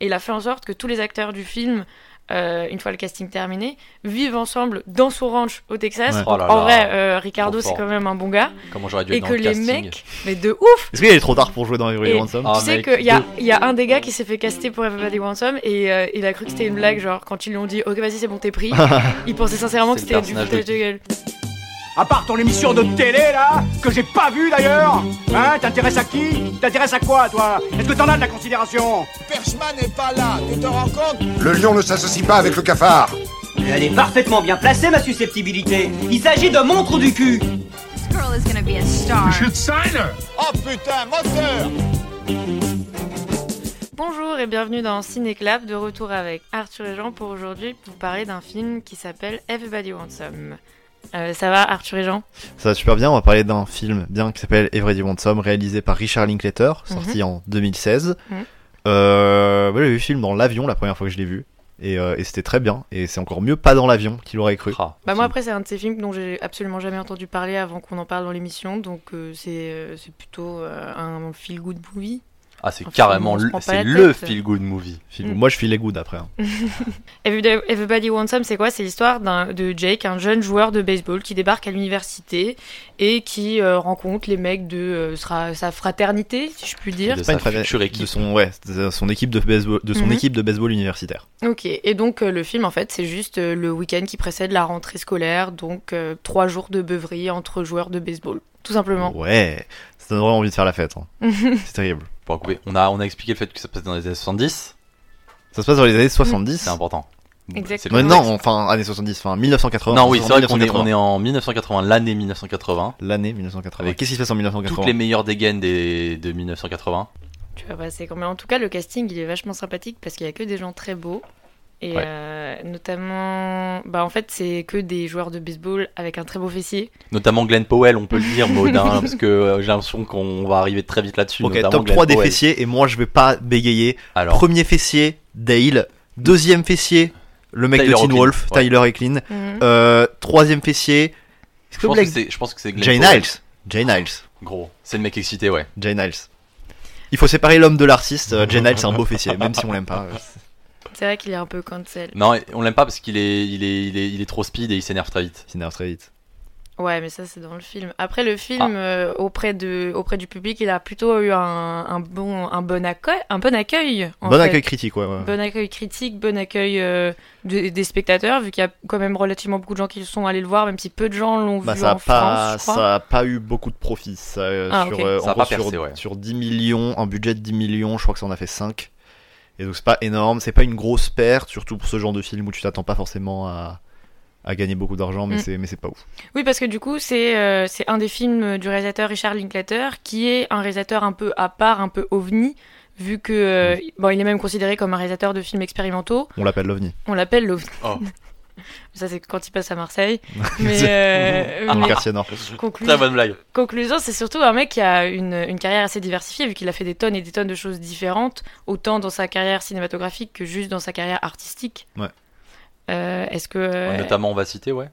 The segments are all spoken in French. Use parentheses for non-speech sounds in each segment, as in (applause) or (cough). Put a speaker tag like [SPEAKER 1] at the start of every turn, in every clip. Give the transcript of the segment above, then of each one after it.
[SPEAKER 1] Et il a fait en sorte que tous les acteurs du film, euh, une fois le casting terminé, vivent ensemble dans son ranch au Texas.
[SPEAKER 2] Ouais.
[SPEAKER 1] Donc,
[SPEAKER 3] Oh là
[SPEAKER 1] en
[SPEAKER 3] là.
[SPEAKER 1] vrai, euh, Ricardo,
[SPEAKER 3] Trop
[SPEAKER 1] c'est
[SPEAKER 3] fort.
[SPEAKER 1] quand même un bon gars.
[SPEAKER 3] Comment j'aurais dû
[SPEAKER 1] Et
[SPEAKER 3] être dans
[SPEAKER 1] que
[SPEAKER 3] le
[SPEAKER 1] les
[SPEAKER 3] casting
[SPEAKER 1] mecs, mais de ouf
[SPEAKER 2] Est-ce qu'il est trop tard pour jouer dans Everybody
[SPEAKER 1] Et-
[SPEAKER 2] Wants Some
[SPEAKER 3] Ah,
[SPEAKER 1] Tu sais
[SPEAKER 3] mec,
[SPEAKER 1] qu'il y a,
[SPEAKER 3] de-
[SPEAKER 1] il y a un des gars qui s'est fait caster pour Everybody Wants Home et euh, il a cru que c'était une blague, genre quand ils lui ont dit ok vas-y c'est bon t'es
[SPEAKER 3] (laughs)
[SPEAKER 1] pris, il pensait sincèrement que
[SPEAKER 3] C'est le
[SPEAKER 1] c'était du
[SPEAKER 3] personnage
[SPEAKER 1] foutage
[SPEAKER 3] de
[SPEAKER 1] de gueule.
[SPEAKER 4] À part ton émission de télé, là, que j'ai pas vue d'ailleurs Hein T'intéresses à qui T'intéresses à quoi, toi Est-ce que t'en as de la considération
[SPEAKER 5] Perchman n'est pas là, tu te rends compte
[SPEAKER 6] Le lion ne s'associe pas avec le cafard.
[SPEAKER 7] Elle est parfaitement bien placée, ma susceptibilité. Il s'agit de mon trou du cul.
[SPEAKER 8] This girl is gonna be a star.
[SPEAKER 5] Oh putain, moteur
[SPEAKER 1] Bonjour et bienvenue dans Cinéclap, de retour avec Arthur et Jean pour aujourd'hui vous parler d'un film qui s'appelle Everybody Wants Some. Euh, ça va Arthur et Jean
[SPEAKER 2] Ça va super bien, on va parler d'un film bien qui s'appelle Everybody Wants Some, réalisé par Richard Linklater, sorti en 2016.
[SPEAKER 1] Mhm.
[SPEAKER 2] Euh, moi, j'ai vu le film dans l'avion la première fois que je l'ai vu, et, euh, et c'était très bien, et c'est encore mieux pas dans l'avion qu'il aurait cru.
[SPEAKER 3] Ah,
[SPEAKER 1] Bah moi
[SPEAKER 2] Film.
[SPEAKER 1] après c'est un de ces films dont j'ai absolument jamais entendu parler avant qu'on en parle dans l'émission donc euh, c'est euh, c'est plutôt euh, un feel good movie.
[SPEAKER 3] Ah, c'est
[SPEAKER 1] Enfin,
[SPEAKER 3] carrément
[SPEAKER 1] on se
[SPEAKER 3] le,
[SPEAKER 1] prend pas
[SPEAKER 3] c'est
[SPEAKER 1] la
[SPEAKER 3] le
[SPEAKER 1] tête. euh,
[SPEAKER 3] feel good movie.
[SPEAKER 2] Film-
[SPEAKER 1] Mhm.
[SPEAKER 2] Moi je file les good après. hein.
[SPEAKER 1] Everyday- Everybody Wants Some, c'est quoi C'est l'histoire d'un- de Jake, un jeune joueur de baseball qui débarque à l'université et qui euh, rencontre les mecs de euh, sera- sa fraternité, si je puis dire.
[SPEAKER 3] De
[SPEAKER 2] pas
[SPEAKER 3] sa
[SPEAKER 2] une fraternité,
[SPEAKER 3] future équipe.
[SPEAKER 2] De son, ouais, de son équipe de baseball, de son
[SPEAKER 1] Mhm.
[SPEAKER 2] équipe de baseball universitaire.
[SPEAKER 1] Ok, et donc euh, le film, en fait, c'est juste euh, le week-end qui précède la rentrée scolaire, donc euh, trois jours de beuverie entre joueurs de baseball, tout simplement.
[SPEAKER 2] Ouais, ça donne vraiment envie de faire la fête.
[SPEAKER 1] (laughs)
[SPEAKER 2] hein. c'est terrible.
[SPEAKER 3] Pour couper, on a, on a expliqué le fait que ça passe dans les années 70,
[SPEAKER 2] Ça se passe dans les années 70.
[SPEAKER 3] c'est important. bah,
[SPEAKER 1] Exactement.
[SPEAKER 3] C'est
[SPEAKER 2] Mais
[SPEAKER 3] le
[SPEAKER 2] non,
[SPEAKER 3] contexte.
[SPEAKER 2] enfin années 70, enfin 1980.
[SPEAKER 3] Non, oui, c'est vrai qu'on est,
[SPEAKER 2] 1980.
[SPEAKER 3] on est en 1980, l'année 1980.
[SPEAKER 2] L'année 1980.
[SPEAKER 3] Avec
[SPEAKER 2] Qu'est-ce qui se passe en
[SPEAKER 3] Toutes les
[SPEAKER 2] 1980
[SPEAKER 3] meilleures dégaines des, de 1980.
[SPEAKER 1] Tu vas passer quand même. En tout cas, le casting, il est vachement sympathique parce qu'il y a que des gens très beaux. Et
[SPEAKER 3] Ouais.
[SPEAKER 1] euh, notamment, bah en fait, c'est que des joueurs de baseball avec un très beau fessier.
[SPEAKER 3] Notamment Glenn Powell, on peut le dire, Maud,
[SPEAKER 1] (laughs)
[SPEAKER 3] hein, parce que euh, j'ai l'impression qu'on va arriver très vite là-dessus.
[SPEAKER 2] Ok,
[SPEAKER 3] notamment
[SPEAKER 2] top
[SPEAKER 3] Glenn
[SPEAKER 2] 3 des
[SPEAKER 3] Powell.
[SPEAKER 2] fessiers et moi je vais pas bégayer.
[SPEAKER 3] Alors,
[SPEAKER 2] Premier fessier, Dale. Deuxième fessier, le mec
[SPEAKER 3] Tyler
[SPEAKER 2] de Teen
[SPEAKER 3] Hoechlin,
[SPEAKER 2] Wolf,
[SPEAKER 3] ouais.
[SPEAKER 2] Tyler Eklin.
[SPEAKER 1] Mhm.
[SPEAKER 2] Euh, troisième fessier,
[SPEAKER 3] je pense, que c'est, je pense que c'est Glenn
[SPEAKER 2] Jay
[SPEAKER 3] Powell.
[SPEAKER 2] Niles. Jay Niles.
[SPEAKER 3] Gros, c'est le mec excité, ouais.
[SPEAKER 2] Jay Niles. Il faut séparer l'homme de l'artiste. euh, Jay Niles, c'est un beau fessier, même si on l'aime pas. euh,
[SPEAKER 1] C'est vrai qu'il est un peu cancel.
[SPEAKER 3] Non, et on l'aime pas parce qu'il est, il est, il est, il est trop speed et il s'énerve très vite.
[SPEAKER 2] Il s'énerve très vite.
[SPEAKER 1] Ouais, mais ça, c'est dans le film. Après, le film,
[SPEAKER 3] Ah.
[SPEAKER 1] euh, auprès, de, auprès du public, il a plutôt eu un, un bon, un bon accueil. Un bon accueil, en
[SPEAKER 2] bon
[SPEAKER 1] fait.
[SPEAKER 2] accueil critique, ouais. ouais.
[SPEAKER 1] Bon accueil critique, bon accueil euh, de- des spectateurs, vu qu'il y a quand même relativement beaucoup de gens qui sont allés le voir, même si peu de gens l'ont
[SPEAKER 2] Bah,
[SPEAKER 1] vu
[SPEAKER 2] ça
[SPEAKER 1] en
[SPEAKER 2] a pas,
[SPEAKER 1] France, je crois.
[SPEAKER 2] ça a pas eu beaucoup de profits. Ça, euh,
[SPEAKER 1] Ah,
[SPEAKER 2] sur,
[SPEAKER 1] ok.
[SPEAKER 2] euh,
[SPEAKER 3] Ça
[SPEAKER 2] en
[SPEAKER 3] a pas
[SPEAKER 2] gros, sur-
[SPEAKER 3] percé, ouais.
[SPEAKER 2] sur 10 millions, un budget de 10 millions, je crois que ça en a fait 5. Et donc c'est pas énorme, c'est pas une grosse perte, surtout pour ce genre de film où tu t'attends pas forcément à, à gagner beaucoup d'argent, mais
[SPEAKER 1] Mm.
[SPEAKER 2] c'est mais c'est pas ouf.
[SPEAKER 1] Oui, parce que du coup, c'est euh, c'est un des films du réalisateur Richard Linklater, qui est un réalisateur un peu à part, un peu ovni, vu que... euh, bon, il est même considéré comme un réalisateur de films expérimentaux.
[SPEAKER 2] On l'appelle l'OVNI.
[SPEAKER 1] On l'appelle l'OVNI.
[SPEAKER 3] Oh.
[SPEAKER 1] (laughs) Ça, c'est quand il passe à
[SPEAKER 3] (laughs)
[SPEAKER 1] Marseille. Mais, euh,
[SPEAKER 2] Dans le
[SPEAKER 1] mais
[SPEAKER 2] quartier nord.
[SPEAKER 1] conclu-
[SPEAKER 3] Ah, Très bonne blague.
[SPEAKER 1] conclusion, c'est surtout un mec qui a une, une carrière assez diversifiée, vu qu'il a fait des tonnes et des tonnes de choses différentes, autant dans sa carrière cinématographique que juste dans sa carrière artistique.
[SPEAKER 2] Ouais.
[SPEAKER 1] Euh, Est-ce que.
[SPEAKER 3] Notamment, on va citer, ouais.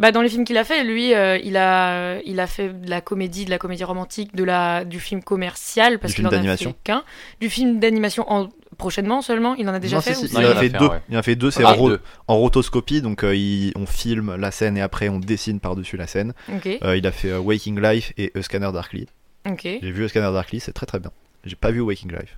[SPEAKER 1] Bah, dans les films qu'il a fait, lui, euh, il, a, il a fait de la comédie, de la comédie romantique, de la, du film commercial, parce
[SPEAKER 2] Du
[SPEAKER 1] qu'il
[SPEAKER 2] film
[SPEAKER 1] en a
[SPEAKER 2] d'animation.
[SPEAKER 1] fait qu'un. Du film d'animation en- prochainement seulement, il en a ah, déjà
[SPEAKER 2] Non,
[SPEAKER 1] fait
[SPEAKER 2] si,
[SPEAKER 1] ou
[SPEAKER 2] si,
[SPEAKER 1] c'est-
[SPEAKER 3] Non,
[SPEAKER 2] il, en a fait deux.
[SPEAKER 3] un, ouais.
[SPEAKER 2] Il en a fait deux, c'est
[SPEAKER 3] Ah,
[SPEAKER 2] en, ro-
[SPEAKER 3] deux.
[SPEAKER 2] en rotoscopie, donc euh, il- on filme la scène et après on dessine par-dessus la scène.
[SPEAKER 1] Ok,
[SPEAKER 2] Euh, il a fait euh, Waking Life et A Scanner Darkly.
[SPEAKER 1] ok.
[SPEAKER 2] J'ai vu A Scanner Darkly, c'est très très bien. J'ai pas vu Waking Life.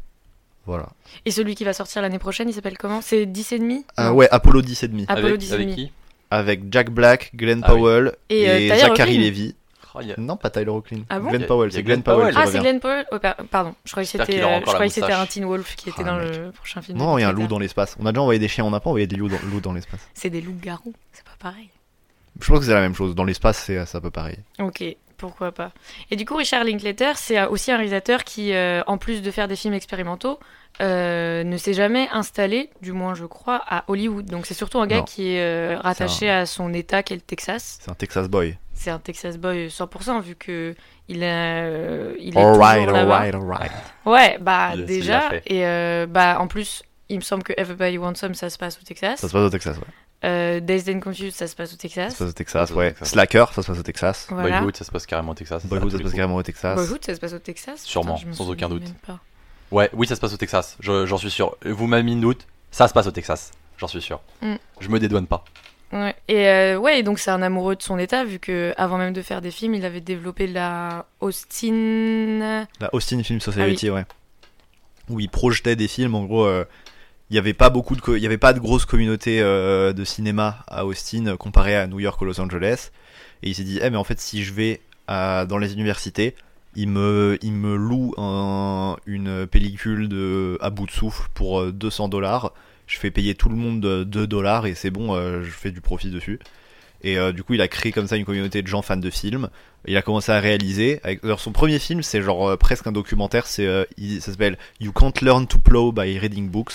[SPEAKER 2] Voilà.
[SPEAKER 1] Et celui qui va sortir l'année prochaine, il s'appelle comment C'est 10 et demi
[SPEAKER 2] Ah
[SPEAKER 1] Non.
[SPEAKER 2] ouais, Apollo 10 et demi.
[SPEAKER 1] Apollo
[SPEAKER 3] avec,
[SPEAKER 1] 10
[SPEAKER 3] avec qui
[SPEAKER 2] avec Jack Black, Glenn
[SPEAKER 3] Ah oui.
[SPEAKER 2] Powell
[SPEAKER 1] Et,
[SPEAKER 2] et,
[SPEAKER 1] euh, Tyler
[SPEAKER 2] Zachary
[SPEAKER 1] Hoechlin.
[SPEAKER 2] Levy.
[SPEAKER 3] Oh, il y a-
[SPEAKER 2] Non, pas Tyler Hoechlin.
[SPEAKER 1] Ah bon
[SPEAKER 3] Il y
[SPEAKER 2] Glenn
[SPEAKER 3] a-
[SPEAKER 2] Powell,
[SPEAKER 3] il y a
[SPEAKER 2] c'est
[SPEAKER 3] Glenn
[SPEAKER 2] Glenn Powell.
[SPEAKER 3] Powell.
[SPEAKER 2] qui
[SPEAKER 1] Ah, c'est
[SPEAKER 2] revient.
[SPEAKER 1] Glenn Powell Oh, par- Pardon, je croyais que
[SPEAKER 3] J'espère
[SPEAKER 1] c'était
[SPEAKER 3] qu'il aura
[SPEAKER 1] euh,
[SPEAKER 3] encore
[SPEAKER 1] je
[SPEAKER 3] la
[SPEAKER 1] croyais que c'était un
[SPEAKER 3] moustache.
[SPEAKER 1] Teen Wolf qui était
[SPEAKER 2] Ah,
[SPEAKER 1] dans
[SPEAKER 2] mec.
[SPEAKER 1] le prochain film.
[SPEAKER 2] Non, il y a un loup
[SPEAKER 1] etc.
[SPEAKER 2] dans l'espace. On a déjà envoyé des chiens, on n'a pas envoyé des loups dans, loups dans l'espace.
[SPEAKER 1] C'est des loups-garous, c'est pas pareil.
[SPEAKER 2] Je pense que c'est la même chose. Dans l'espace, c'est ça peut pareil.
[SPEAKER 1] Ok, pourquoi pas. Et du coup, Richard Linklater, c'est aussi un réalisateur qui, euh, en plus de faire des films expérimentaux, euh, ne s'est jamais installé, du moins je crois, à Hollywood. Donc c'est surtout un gars
[SPEAKER 2] Non.
[SPEAKER 1] qui est euh, rattaché à son état qui est le Texas.
[SPEAKER 2] C'est un Texas boy.
[SPEAKER 1] C'est un Texas boy 100% vu que il a, euh, il est
[SPEAKER 2] Alright,
[SPEAKER 1] toujours là-bas.
[SPEAKER 2] alright, alright.
[SPEAKER 1] Ouais, bah
[SPEAKER 3] Il a- c'est
[SPEAKER 1] déjà.
[SPEAKER 3] déjà fait.
[SPEAKER 1] Et euh, bah en plus, il me semble que Everybody Wants Some, ça se passe au Texas.
[SPEAKER 2] Ça se passe au Texas, ouais.
[SPEAKER 1] Euh, Dazed and Confused, ça se passe au
[SPEAKER 2] Ça se
[SPEAKER 1] Texas.
[SPEAKER 2] passe au Texas,
[SPEAKER 3] Ça se passe au
[SPEAKER 2] ouais.
[SPEAKER 3] Texas.
[SPEAKER 2] Slacker, ça se passe au Texas.
[SPEAKER 1] Voilà.
[SPEAKER 2] Bah,
[SPEAKER 3] Boyhood, Bah, ça se passe carrément au Texas.
[SPEAKER 2] Boyhood, ça se passe carrément au Texas.
[SPEAKER 1] Boyhood, Bah, ça se passe au Texas.
[SPEAKER 3] Sûrement,
[SPEAKER 1] je me
[SPEAKER 3] sans
[SPEAKER 1] souviens
[SPEAKER 3] aucun doute.
[SPEAKER 1] même pas.
[SPEAKER 3] Ouais, oui, ça se passe au Texas, je- j'en suis sûr. Vous m'avez mis une doute, ça se passe au Texas, j'en suis sûr.
[SPEAKER 1] Mm.
[SPEAKER 3] Je me dédouane pas.
[SPEAKER 1] Ouais. Et euh, ouais, et donc c'est un amoureux de son état, vu que avant même de faire des films, il avait développé la Austin.
[SPEAKER 2] La Austin Film Society, ouais. Où ils projetaient des films. En gros, euh, il n'y avait pas beaucoup de, co- il y avait pas de grosse communauté euh, de cinéma à Austin euh, comparé à New York ou Los Angeles. Et il s'est dit, eh mais en fait, si je vais à- dans les universités, ils me, ils me louent un- une pellicule de à bout de souffle pour euh, 200 dollars. Je fais payer tout le monde euh, 2 dollars et c'est bon, euh, je fais du profit dessus. Et euh, du coup, il a créé comme ça une communauté de gens fans de films. Il a commencé à réaliser. Avec, alors, son premier film, c'est genre euh, presque un documentaire. C'est, euh, il- ça s'appelle You Can't Learn to Plow by Reading Books.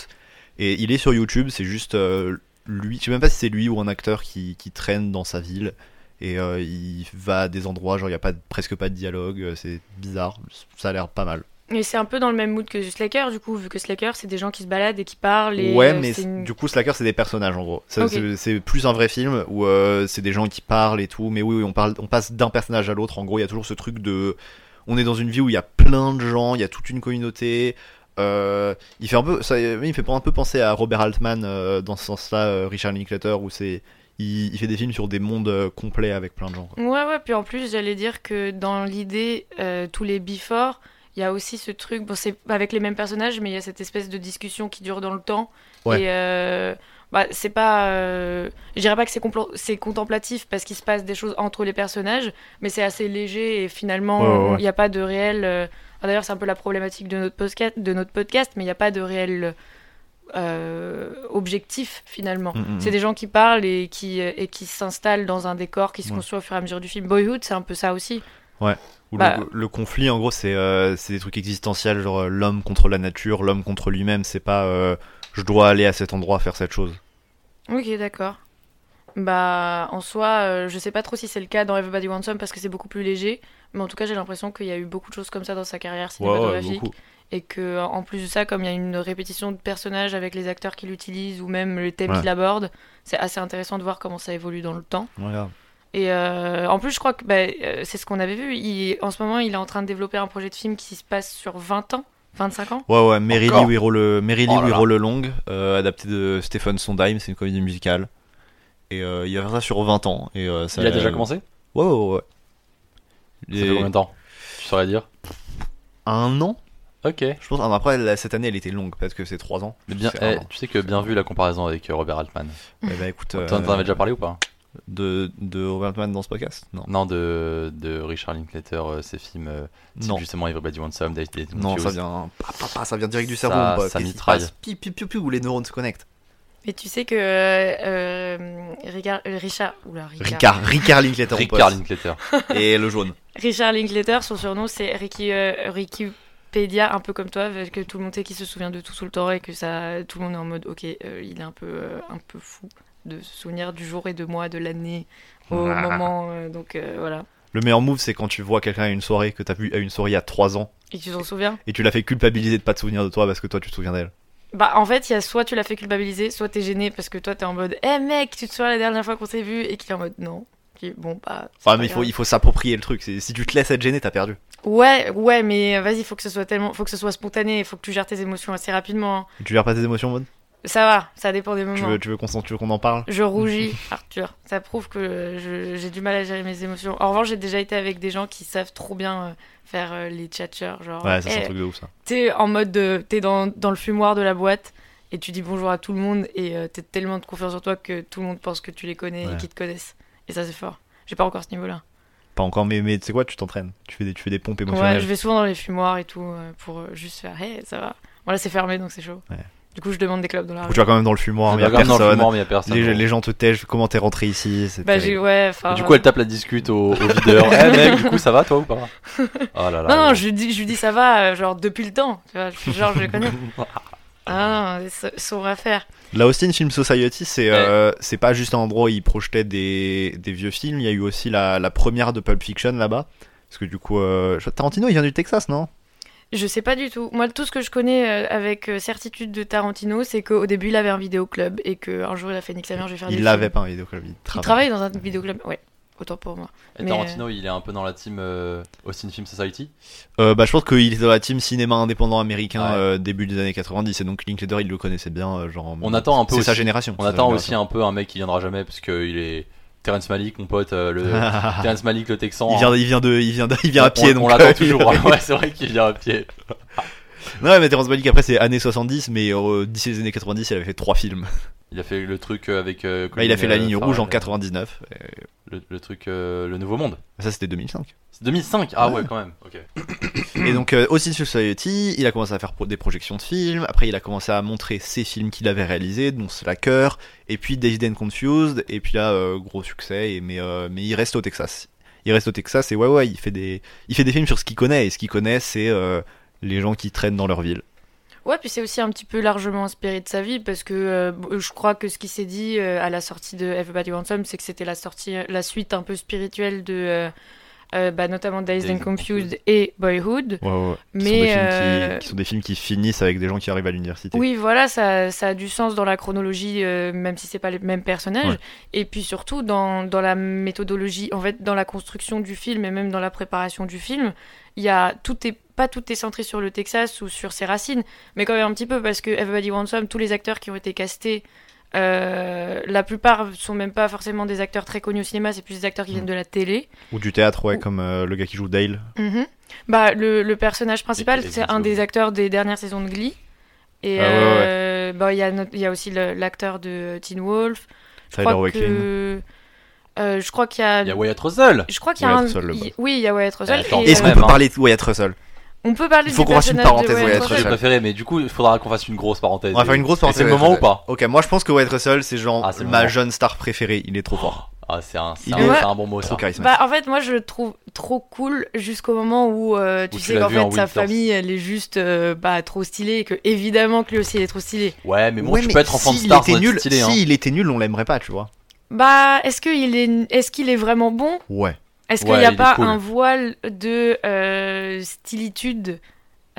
[SPEAKER 2] Et il est sur YouTube. C'est juste euh, lui. Je sais même pas si c'est lui ou un acteur qui, qui traîne dans sa ville. Et euh, il va à des endroits, genre il n'y a pas, de- presque pas de dialogue. euh, C'est bizarre. Ça a l'air pas mal.
[SPEAKER 1] Et c'est un peu dans le même mood que Slacker, du coup, vu que Slacker, c'est des gens qui se baladent et qui parlent. Et,
[SPEAKER 2] ouais,
[SPEAKER 1] euh,
[SPEAKER 2] mais
[SPEAKER 1] c'est une-
[SPEAKER 2] du coup, Slacker, c'est des personnages en gros. Ça,
[SPEAKER 1] Ok.
[SPEAKER 2] c'est- C'est plus un vrai film où euh, c'est des gens qui parlent et tout. Mais oui, oui, on, parle, on passe d'un personnage à l'autre. En gros, il y a toujours ce truc de. On est dans une vie où il y a plein de gens, il y a toute une communauté. Euh, il fait un peu, ça, oui, il fait un peu penser à Robert Altman euh, dans ce sens-là, euh, Richard Linklater, où c'est, il, il fait des films sur des mondes euh, complets avec plein de gens. quoi.
[SPEAKER 1] Ouais, ouais, puis en plus, j'allais dire que dans l'idée, euh, tous les before, il y a aussi ce truc, bon, c'est pas avec les mêmes personnages, mais il y a cette espèce de discussion qui dure dans le temps.
[SPEAKER 2] Ouais.
[SPEAKER 1] Et euh, bah, c'est pas. euh, je dirais pas que c'est complo- c'est contemplatif parce qu'il se passe des choses entre les personnages, mais c'est assez léger et finalement,
[SPEAKER 2] Ouais, ouais,
[SPEAKER 1] on-
[SPEAKER 2] ouais.
[SPEAKER 1] il n'y a pas de réel. euh, ah, D'ailleurs, c'est un peu la problématique de notre podcast, de notre podcast mais il n'y a pas de réel euh, objectif finalement.
[SPEAKER 2] Mm, mm,
[SPEAKER 1] C'est des gens qui parlent et qui, euh, et qui s'installent dans un décor qui se
[SPEAKER 2] Ouais.
[SPEAKER 1] construit au fur et à mesure du film. Boyhood, c'est un peu ça aussi.
[SPEAKER 2] Où le-
[SPEAKER 1] Bah.
[SPEAKER 2] le, conflit, en gros, c'est euh, c'est des trucs existentiels, genre euh, l'homme contre la nature, l'homme contre lui-même. C'est pas euh, je dois aller à cet endroit faire cette chose.
[SPEAKER 1] Ok, d'accord. Bah, en soi, euh, je sais pas trop si c'est le cas dans Everybody Wants Some parce que c'est beaucoup plus léger, mais en tout cas, j'ai l'impression qu'il y a eu beaucoup de choses comme ça dans sa carrière cinématographique. et que, euh, en plus de ça, comme il y a une répétition de personnages avec les acteurs qui l'utilisent ou même le thème
[SPEAKER 2] Ouais.
[SPEAKER 1] qu'il aborde, c'est assez intéressant de voir comment ça évolue dans le temps.
[SPEAKER 2] Voilà.
[SPEAKER 1] Et euh, en plus, je crois que bah, euh, c'est ce qu'on avait vu. Il, en ce moment, il est en train de développer un projet de film qui se passe sur 20 ans, 25 ans.
[SPEAKER 2] Ouais, ouais, Mary Lee
[SPEAKER 3] Encore.
[SPEAKER 2] Wirro le, Mary Lee
[SPEAKER 3] Oh là là.
[SPEAKER 2] Wirro le Long, euh, adapté de Stephen Sondheim, c'est une comédie musicale. Et euh, il va faire ça sur 20 ans. Et, euh, ça,
[SPEAKER 3] Il a déjà commencé
[SPEAKER 2] Ouais, ouais, ouais.
[SPEAKER 3] Ça
[SPEAKER 2] Et
[SPEAKER 3] fait combien de temps Tu saurais dire
[SPEAKER 2] Un an
[SPEAKER 3] Ok.
[SPEAKER 2] Je pense. ah, après, la- cette année, elle était longue parce que c'est 3 ans.
[SPEAKER 3] Mais bien,
[SPEAKER 2] C'est hein.
[SPEAKER 3] eh,
[SPEAKER 2] un an.
[SPEAKER 3] tu sais que bien vu la comparaison avec euh, Robert Altman.
[SPEAKER 2] Eh ben, écoute, euh,
[SPEAKER 3] T'en t'en avais déjà parlé ou pas
[SPEAKER 2] de, de Robert Altman dans ce podcast Non.
[SPEAKER 3] Non, de, de Richard Linklater, euh, ses films, euh, type
[SPEAKER 2] Non.
[SPEAKER 3] justement Everybody Wants Some, Date Date
[SPEAKER 2] Non, ça
[SPEAKER 3] Confused.
[SPEAKER 2] vient, pa, pa, pa, ça vient direct du
[SPEAKER 3] Ça-
[SPEAKER 2] cerveau. mon pote. Qu'est-ce
[SPEAKER 3] ça
[SPEAKER 2] qui se
[SPEAKER 3] mitraille.
[SPEAKER 2] passe Pi, pi, pi, pi, où les neurones se connectent.
[SPEAKER 1] Mais tu sais que euh, euh, Ricard- euh, Richard, oula, Ricard,
[SPEAKER 2] Ricard, Ricard Linklater, mon pote.
[SPEAKER 3] Richard Linklater.
[SPEAKER 2] et le jaune.
[SPEAKER 1] Richard Linklater, son surnom c'est Ricky, euh, Wikipédia, un peu comme toi, parce que tout le monde sait qu'il se souvient de tout tout le temps et que ça, tout le monde est en mode, ok, euh, il est un peu, euh, un peu fou de se souvenir du jour et de mois, de l'année, au
[SPEAKER 2] Ah.
[SPEAKER 1] moment, euh, donc euh, voilà.
[SPEAKER 2] Le meilleur move, c'est quand tu vois quelqu'un à une soirée que t'as vu à une soirée il y a 3 ans
[SPEAKER 1] Et tu t'en souviens
[SPEAKER 2] et tu l'as fait culpabiliser de pas te souvenir de toi parce que toi tu te souviens d'elle.
[SPEAKER 1] Bah en fait, il y a soit tu l'as fait culpabiliser, soit t'es gêné parce que toi t'es en mode, eh mec, tu te souviens la dernière fois qu'on s'est vu et qu'il est en mode non. Qui- Bon, bah. c'est
[SPEAKER 2] Enfin,
[SPEAKER 1] pas
[SPEAKER 2] mais il faut,
[SPEAKER 1] grave.
[SPEAKER 2] il faut s'approprier le truc. C'est- Si tu te laisses être gêné, t'as perdu.
[SPEAKER 1] Ouais, ouais, mais euh, vas-y, faut que ce soit tellement, faut que ce soit spontané, faut que tu gères tes émotions assez rapidement. hein.
[SPEAKER 2] Tu gères pas tes émotions, Maud
[SPEAKER 1] Ça va, ça dépend des
[SPEAKER 2] Tu
[SPEAKER 1] moments.
[SPEAKER 2] veux, tu veux qu'on s'en- tu veux qu'on en parle
[SPEAKER 1] Je rougis, (laughs) Arthur. Ça prouve que euh, je- j'ai du mal à gérer mes émotions. En revanche, j'ai déjà été avec des gens qui savent trop bien euh, faire euh, les tchatchers. Genre,
[SPEAKER 2] Ouais, ça c'est
[SPEAKER 1] eh,
[SPEAKER 2] un truc de ouf ça.
[SPEAKER 1] t'es en mode, de- t'es dans, dans le fumoir de la boîte et tu dis bonjour à tout le monde et euh, t'es tellement de confiance en toi que tout le monde pense que tu les connais et
[SPEAKER 2] Ouais.
[SPEAKER 1] qu'ils te connaissent. Et ça, c'est fort. J'ai pas encore ce niveau-là.
[SPEAKER 2] Pas encore, mais, mais tu sais quoi, tu t'entraînes. Tu fais des, tu fais des pompes
[SPEAKER 1] Ouais,
[SPEAKER 2] émotionnelles.
[SPEAKER 1] je vais souvent dans les fumoirs et tout euh, pour euh, juste faire, hey, ça va. Voilà, c'est fermé donc c'est chaud.
[SPEAKER 2] Ouais.
[SPEAKER 1] Du coup, je demande des clubs dans la
[SPEAKER 2] Ou
[SPEAKER 1] rue.
[SPEAKER 2] tu vas quand même dans le fumoir, mais y a
[SPEAKER 3] Regarde dans le
[SPEAKER 2] personne.
[SPEAKER 3] fumoir, mais y a personne.
[SPEAKER 2] les, les gens te tègent, comment t'es rentré ici c'est
[SPEAKER 1] Bah, j'ai,
[SPEAKER 2] terrible.
[SPEAKER 1] ouais, enfin.
[SPEAKER 3] Et du coup, elle tape la discute au,
[SPEAKER 1] (laughs)
[SPEAKER 3] au videur. Eh mec, du coup, ça va toi ou pas Oh là là.
[SPEAKER 1] euh, Non, non,
[SPEAKER 3] bon.
[SPEAKER 1] je lui dis, je lui dis ça va, euh, genre depuis le temps, tu vois, je- genre je le connais. Ah non, ça- son affaire.
[SPEAKER 2] La Austin Film Society, c'est euh, c'est pas juste un endroit où ils projetaient des, des vieux films. Il y a eu aussi la, la première de Pulp Fiction là-bas. Parce que du coup, euh, Tarantino, il vient du Texas, non
[SPEAKER 1] Je sais pas du tout. Moi, tout ce que je connais euh, avec euh, certitude de Tarantino, c'est qu'au début, il avait un vidéoclub et qu'un jour, il a fait Nick sa mère, je vais faire des
[SPEAKER 2] Il l'avait
[SPEAKER 1] films.
[SPEAKER 2] pas un vidéoclub. Il
[SPEAKER 1] Il travaille
[SPEAKER 2] travaille.
[SPEAKER 1] dans un vidéoclub, ouais. Autant pour moi.
[SPEAKER 3] Et
[SPEAKER 1] Mais,
[SPEAKER 3] Tarantino, il est un peu dans la team euh, Austin Film Society.
[SPEAKER 2] Euh, bah, je pense qu'il était dans la team cinéma indépendant américain
[SPEAKER 3] Ouais.
[SPEAKER 2] euh, début des années 90 et donc Linklater il le connaissait bien euh, genre
[SPEAKER 3] On attend un peu
[SPEAKER 2] c'est sa
[SPEAKER 3] aussi-
[SPEAKER 2] génération.
[SPEAKER 3] On
[SPEAKER 2] c'est sa
[SPEAKER 3] attend aussi
[SPEAKER 2] génération.
[SPEAKER 3] un peu un mec qui viendra jamais parce qu'il est Terrence Malick, mon pote, euh, le
[SPEAKER 2] (laughs)
[SPEAKER 3] Terrence Malick, le Texan.
[SPEAKER 2] il vient il vient de il vient de- il vient à
[SPEAKER 3] On-
[SPEAKER 2] pied
[SPEAKER 3] on,
[SPEAKER 2] donc
[SPEAKER 3] on
[SPEAKER 2] euh,
[SPEAKER 3] l'attend
[SPEAKER 2] (laughs)
[SPEAKER 3] toujours. (laughs) ouais, c'est vrai qu'il vient à pied.
[SPEAKER 2] non mais Terrence Malick après c'est années 70 mais euh, d'ici les années 90 il avait fait trois films.
[SPEAKER 3] Il a fait le truc euh, avec. euh,
[SPEAKER 2] Là Bah, il a
[SPEAKER 3] Colin,
[SPEAKER 2] fait La
[SPEAKER 3] euh,
[SPEAKER 2] Ligne
[SPEAKER 3] Farrell,
[SPEAKER 2] Rouge en
[SPEAKER 3] euh,
[SPEAKER 2] 99. euh,
[SPEAKER 3] Le, le truc, euh, le Nouveau Monde.
[SPEAKER 2] Ça c'était 2005.
[SPEAKER 3] C'est 2005. Ah ouais, quand
[SPEAKER 2] (laughs)
[SPEAKER 3] même. Ok.
[SPEAKER 2] Et donc euh, aussi sur Society, il a commencé à faire pro- des projections de films, après il a commencé à montrer ses films qu'il avait réalisés, dont Slacker, et puis Dazed and Confused, et puis là, euh, gros succès, et, mais, euh, mais il reste au Texas. Il reste au Texas, et ouais ouais, il fait des, il fait des films sur ce qu'il connaît, et ce qu'il connaît, c'est euh, les gens qui traînent dans leur ville.
[SPEAKER 1] Ouais, puis c'est aussi un petit peu largement inspiré de sa vie parce que euh, bon, je crois que ce qui s'est dit euh, à la sortie de Everybody Wants Some, c'est que c'était la sortie, euh, la suite un peu spirituelle de euh, euh, bah, notamment Dazed
[SPEAKER 3] Dazed
[SPEAKER 1] and
[SPEAKER 3] and
[SPEAKER 1] Confused et Boyhood.
[SPEAKER 2] Ouais, ouais,
[SPEAKER 1] Qui sont Mais, des films qui- euh,
[SPEAKER 2] qui
[SPEAKER 1] qui
[SPEAKER 2] sont des films qui finissent avec des gens qui arrivent à l'université.
[SPEAKER 1] Oui, voilà, ça, ça a du sens dans la chronologie, euh, même si c'est pas les mêmes personnages.
[SPEAKER 2] Ouais.
[SPEAKER 1] Et puis surtout dans, dans la méthodologie, en fait, dans la construction du film et même dans la préparation du film, il y a tout est pas tout est centré sur le Texas ou sur ses racines, mais quand même un petit peu parce que Everybody Wants Some, tous les acteurs qui ont été castés. euh, la plupart sont même pas forcément des acteurs très connus au cinéma, c'est plus des acteurs qui viennent de la télé.
[SPEAKER 2] Ou du théâtre, ouais,
[SPEAKER 1] Ou-
[SPEAKER 2] comme euh, le gars qui joue Dale.
[SPEAKER 1] Mhm. Bah, le, le personnage principal,
[SPEAKER 3] Et- et
[SPEAKER 1] c'est
[SPEAKER 3] Vince
[SPEAKER 1] un des
[SPEAKER 3] Vaughn.
[SPEAKER 1] acteurs des dernières saisons de Glee. Et
[SPEAKER 2] Ah ouais, ouais,
[SPEAKER 1] euh, bah, il y a not- il y, a aussi le- l'acteur de Teen Wolf. Je
[SPEAKER 2] Tyler
[SPEAKER 1] crois
[SPEAKER 2] Hoechlin.
[SPEAKER 1] que- euh, je crois qu'il y a.
[SPEAKER 3] Il y a Wyatt Russell.
[SPEAKER 1] Je crois qu'il y a
[SPEAKER 2] Wyatt
[SPEAKER 1] un.
[SPEAKER 2] Russell, le
[SPEAKER 1] il-
[SPEAKER 2] boss.
[SPEAKER 1] Oui, il y a Wyatt Russell.
[SPEAKER 3] attends,
[SPEAKER 1] et, euh,
[SPEAKER 2] Est-ce qu'on
[SPEAKER 3] même,
[SPEAKER 2] peut
[SPEAKER 3] hein.
[SPEAKER 2] parler de Wyatt Russell
[SPEAKER 1] on peut parler
[SPEAKER 2] Il faut
[SPEAKER 1] du
[SPEAKER 2] qu'on fasse une
[SPEAKER 1] personnage de
[SPEAKER 2] parenthèse,
[SPEAKER 1] Wyatt
[SPEAKER 2] Wyatt
[SPEAKER 3] C'est
[SPEAKER 1] Russell.
[SPEAKER 3] mon
[SPEAKER 2] Russell.
[SPEAKER 3] préféré, mais du coup, il faudra qu'on fasse une grosse parenthèse.
[SPEAKER 2] On va faire une grosse
[SPEAKER 3] Et
[SPEAKER 2] parenthèse.
[SPEAKER 3] C'est le moment ou pas
[SPEAKER 2] Ok, moi je pense que Wyatt Russell, c'est genre
[SPEAKER 3] Ah, c'est le
[SPEAKER 2] ma
[SPEAKER 3] moment.
[SPEAKER 2] jeune star préférée, il est trop fort.
[SPEAKER 3] Ah, c'est un, c'est
[SPEAKER 2] Il
[SPEAKER 3] un,
[SPEAKER 1] est-
[SPEAKER 3] c'est un bon mot.
[SPEAKER 2] Trop
[SPEAKER 3] Ça.
[SPEAKER 2] charismatique.
[SPEAKER 1] Bah, en fait, moi, je le trouve trop cool jusqu'au moment où euh, tu
[SPEAKER 3] Où tu
[SPEAKER 1] sais
[SPEAKER 3] l'as
[SPEAKER 1] qu'en
[SPEAKER 3] vu
[SPEAKER 1] fait,
[SPEAKER 3] en
[SPEAKER 1] sa
[SPEAKER 3] Winters.
[SPEAKER 1] famille, elle est juste euh, bah, trop stylée et que, évidemment, que lui aussi, il est trop stylé.
[SPEAKER 3] Ouais, mais bon,
[SPEAKER 2] Ouais,
[SPEAKER 3] tu
[SPEAKER 2] mais
[SPEAKER 3] peux être enfant de
[SPEAKER 2] s'il
[SPEAKER 3] star
[SPEAKER 2] était
[SPEAKER 3] sans être
[SPEAKER 2] nul,
[SPEAKER 3] stylé. hein.
[SPEAKER 2] Si il était nul, on l'aimerait pas, tu vois.
[SPEAKER 1] Bah, est-ce qu'il est, est, qu'il est vraiment bon
[SPEAKER 2] Ouais.
[SPEAKER 1] Est-ce
[SPEAKER 3] Ouais,
[SPEAKER 1] qu'il n'y a
[SPEAKER 3] il est
[SPEAKER 1] pas
[SPEAKER 3] cool.
[SPEAKER 1] un voile de euh, stylitude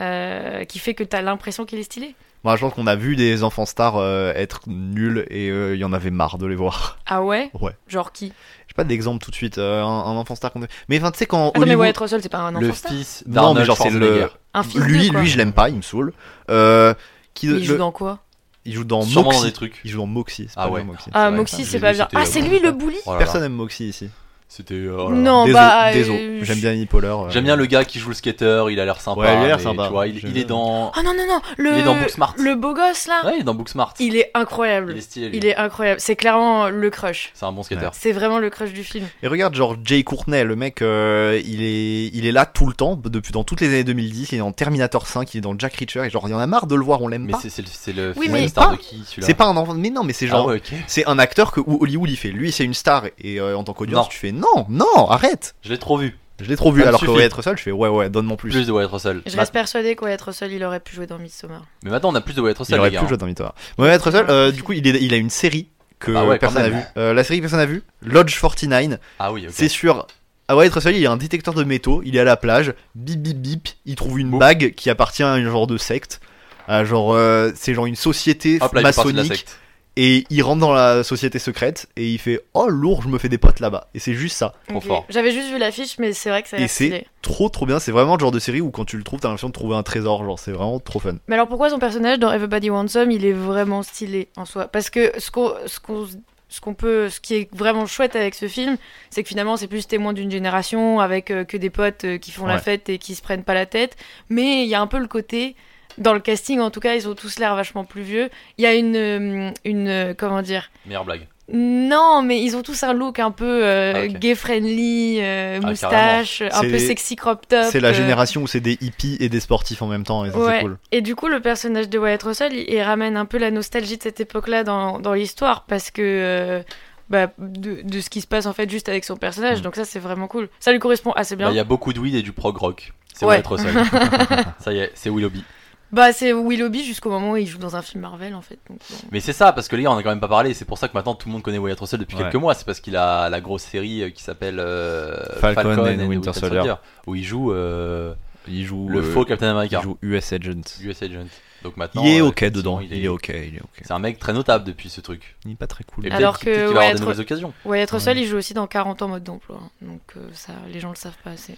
[SPEAKER 1] euh, qui fait que tu as l'impression qu'il est stylé
[SPEAKER 2] Moi, je pense qu'on a vu des enfants stars euh, être nuls et euh, il y en avait marre de les voir. (laughs)
[SPEAKER 1] Ah ouais
[SPEAKER 2] Ouais.
[SPEAKER 1] Genre qui
[SPEAKER 2] J'ai pas d'exemple tout de suite. euh, un, un enfant star qu'on. Mais enfin, tu sais quand
[SPEAKER 1] Attends, Ah mais
[SPEAKER 2] Hollywood-
[SPEAKER 1] Wyatt Russell, c'est pas un
[SPEAKER 3] Le
[SPEAKER 1] enfant star
[SPEAKER 3] fils
[SPEAKER 2] Non, mais
[SPEAKER 3] d'Arnold
[SPEAKER 2] genre, c'est le-
[SPEAKER 3] Schwarzenegger.
[SPEAKER 1] Un fils
[SPEAKER 2] lui,
[SPEAKER 1] de, quoi.
[SPEAKER 2] lui, je l'aime pas, il me saoule. Euh, qui
[SPEAKER 1] Il joue
[SPEAKER 2] le-
[SPEAKER 1] dans quoi
[SPEAKER 2] il joue dans
[SPEAKER 3] Sûrement dans
[SPEAKER 2] Moxie.
[SPEAKER 3] des trucs.
[SPEAKER 2] Il joue dans Moxie. c'est
[SPEAKER 3] Ah
[SPEAKER 2] pas
[SPEAKER 3] ouais.
[SPEAKER 2] bien, Moxie.
[SPEAKER 1] Ah,
[SPEAKER 3] vrai,
[SPEAKER 1] Moxie,
[SPEAKER 3] ça,
[SPEAKER 1] c'est
[SPEAKER 3] je
[SPEAKER 1] pas
[SPEAKER 3] l'ai vu,
[SPEAKER 1] bien. Ah,
[SPEAKER 3] c'était,
[SPEAKER 1] c'est
[SPEAKER 3] euh,
[SPEAKER 1] lui le bully
[SPEAKER 3] Oh là là.
[SPEAKER 2] Personne aime Moxie ici.
[SPEAKER 3] C'était. oh là là.
[SPEAKER 1] Non,
[SPEAKER 2] Désolé,
[SPEAKER 1] bah.
[SPEAKER 2] désolé.
[SPEAKER 1] euh,
[SPEAKER 2] J'aime bien Annie Poller. euh,
[SPEAKER 3] J'aime bien le gars qui joue le skater, il a l'air sympa.
[SPEAKER 2] Ouais, il a l'air
[SPEAKER 3] mais,
[SPEAKER 2] sympa.
[SPEAKER 3] Tu vois, il, il
[SPEAKER 2] J'aime
[SPEAKER 3] est dans.
[SPEAKER 1] Oh non, non, non le...
[SPEAKER 3] Il est dans Booksmart.
[SPEAKER 1] Le beau gosse là
[SPEAKER 3] Ouais, il est dans Booksmart.
[SPEAKER 1] Ah. Il est incroyable.
[SPEAKER 3] Il est stylé. lui. Ah.
[SPEAKER 1] Il est incroyable. C'est clairement le crush.
[SPEAKER 3] C'est un bon skater.
[SPEAKER 2] Ouais.
[SPEAKER 1] C'est vraiment le crush du film.
[SPEAKER 2] Et regarde, genre Jay Courtney, le mec, euh, il est, il est là tout le temps, depuis dans toutes les années 2010, il est dans Terminator 5, il est dans Jack Reacher, et genre il y en a marre de le voir, on l'aime
[SPEAKER 3] Mais
[SPEAKER 2] pas.
[SPEAKER 3] c'est- c'est le, c'est le
[SPEAKER 1] Oui,
[SPEAKER 3] film
[SPEAKER 1] mais-
[SPEAKER 3] star
[SPEAKER 2] pas-
[SPEAKER 3] de qui celui-là
[SPEAKER 2] C'est pas un enfant, mais non, mais c'est genre,
[SPEAKER 3] Ah ouais, ok.
[SPEAKER 2] c'est un acteur que où Hollywood il fait. Lui, c'est une star, et euh, en tant qu'audience,
[SPEAKER 3] Non.
[SPEAKER 2] tu fais non, non, arrête.
[SPEAKER 3] Je l'ai trop vu.
[SPEAKER 2] Je l'ai trop vu,
[SPEAKER 3] Ça me
[SPEAKER 2] alors que
[SPEAKER 3] suffit.
[SPEAKER 2] Wyatt Russell, je fais ouais, ouais, donne-moi plus.
[SPEAKER 3] Plus de Wyatt Russell.
[SPEAKER 1] Je
[SPEAKER 3] Ma-
[SPEAKER 1] reste persuadée que Wyatt Russell, il aurait pu jouer dans Midsommar.
[SPEAKER 3] Mais maintenant, on a plus de Wyatt
[SPEAKER 2] Il
[SPEAKER 3] Russell,
[SPEAKER 2] aurait
[SPEAKER 3] les
[SPEAKER 2] plus
[SPEAKER 3] gars. hein.
[SPEAKER 2] joué dans Midsommar. Mais Wyatt Russell, euh, du coup, il, est, il a une série que
[SPEAKER 3] Ah ouais, quand
[SPEAKER 2] personne n'a
[SPEAKER 3] même.
[SPEAKER 2] vue. Euh, la série que personne n'a vue, Lodge 49.
[SPEAKER 3] Ah oui, ok.
[SPEAKER 2] C'est sûr. Ah ouais, Russell, il y a un détecteur de métaux, il est à la plage, bip bip bip, il trouve une
[SPEAKER 3] Boum.
[SPEAKER 2] bague qui appartient à un genre de secte. à genre, euh, c'est genre une société
[SPEAKER 3] Hop là, il est parti de la
[SPEAKER 2] maçonnique.
[SPEAKER 3] secte.
[SPEAKER 2] Et il rentre dans la société secrète et il fait Oh lourd, je me fais des potes là-bas. Et c'est juste ça.
[SPEAKER 3] Trop
[SPEAKER 1] Ok.
[SPEAKER 3] fort.
[SPEAKER 1] J'avais juste vu l'affiche, mais c'est vrai que ça a
[SPEAKER 2] Et
[SPEAKER 1] l'air
[SPEAKER 2] c'est-
[SPEAKER 1] stylé.
[SPEAKER 2] Trop trop bien, c'est vraiment le genre de série où quand tu le trouves, t'as l'impression de trouver un trésor. Genre, c'est vraiment trop fun.
[SPEAKER 1] Mais alors pourquoi son personnage dans Everybody Wants Some, il est vraiment stylé en soi Parce que ce qu'on ce qu'on ce qu'on peut ce qui est vraiment chouette avec ce film, c'est que finalement c'est plus témoin d'une génération avec euh, que des potes euh, qui font la
[SPEAKER 2] Ouais.
[SPEAKER 1] fête et qui se prennent pas la tête, mais il y a un peu le côté dans le casting en tout cas, ils ont tous l'air vachement plus vieux. Il y a une euh, une euh, comment dire
[SPEAKER 3] Meilleure blague.
[SPEAKER 1] non, mais ils ont tous un look un peu euh,
[SPEAKER 3] Ah, ok.
[SPEAKER 1] gay friendly, euh,
[SPEAKER 3] Ah,
[SPEAKER 1] moustache, un
[SPEAKER 2] C'est-
[SPEAKER 1] peu sexy crop top.
[SPEAKER 2] C'est la
[SPEAKER 1] euh,
[SPEAKER 2] génération où c'est des hippies et des sportifs en même temps, et ça, c'est
[SPEAKER 1] Ouais.
[SPEAKER 2] cool.
[SPEAKER 1] Et du coup, le personnage de Wyatt Russell, il, il ramène un peu la nostalgie de cette époque-là dans, dans l'histoire parce que. euh, bah, de, de ce qui se passe en fait juste avec son personnage, donc ça c'est vraiment cool. Ça lui correspond assez
[SPEAKER 3] Bah,
[SPEAKER 1] bien.
[SPEAKER 3] Il y a beaucoup de weed et du prog rock. C'est
[SPEAKER 1] Ouais.
[SPEAKER 3] Wyatt Russell.
[SPEAKER 1] (laughs)
[SPEAKER 3] Ça y est, c'est Willoughby.
[SPEAKER 1] Bah, c'est Willoughby jusqu'au moment où il joue dans un film Marvel en fait. donc, bon.
[SPEAKER 3] Mais c'est ça, parce que les gars, on a quand même pas parlé. et C'est pour ça que maintenant tout le monde connaît Wyatt Russell depuis
[SPEAKER 2] Ouais.
[SPEAKER 3] quelques mois. C'est parce qu'il a la grosse série euh, qui s'appelle euh,
[SPEAKER 2] Falcon and Winter Soldier.
[SPEAKER 3] où il joue euh,
[SPEAKER 2] Il joue
[SPEAKER 3] Le
[SPEAKER 2] euh,
[SPEAKER 3] faux Captain
[SPEAKER 2] Il
[SPEAKER 3] America.
[SPEAKER 2] joue US Agent.
[SPEAKER 3] US Agent. Donc maintenant.
[SPEAKER 2] Il est
[SPEAKER 3] euh,
[SPEAKER 2] ok
[SPEAKER 3] effectivement,
[SPEAKER 2] dedans. Il est ok. Il est ok.
[SPEAKER 3] C'est un mec très notable depuis ce truc.
[SPEAKER 2] Il est pas très cool.
[SPEAKER 3] Et
[SPEAKER 1] Alors
[SPEAKER 3] peut-être
[SPEAKER 1] que,
[SPEAKER 3] qu'il peut-être qu'il
[SPEAKER 1] ouais,
[SPEAKER 3] va avoir des
[SPEAKER 1] être-
[SPEAKER 3] nouvelles occasions.
[SPEAKER 1] Ouais, être seul, il joue aussi dans 40 ans mode d'emploi. hein. Donc euh, ça, les gens le savent pas assez.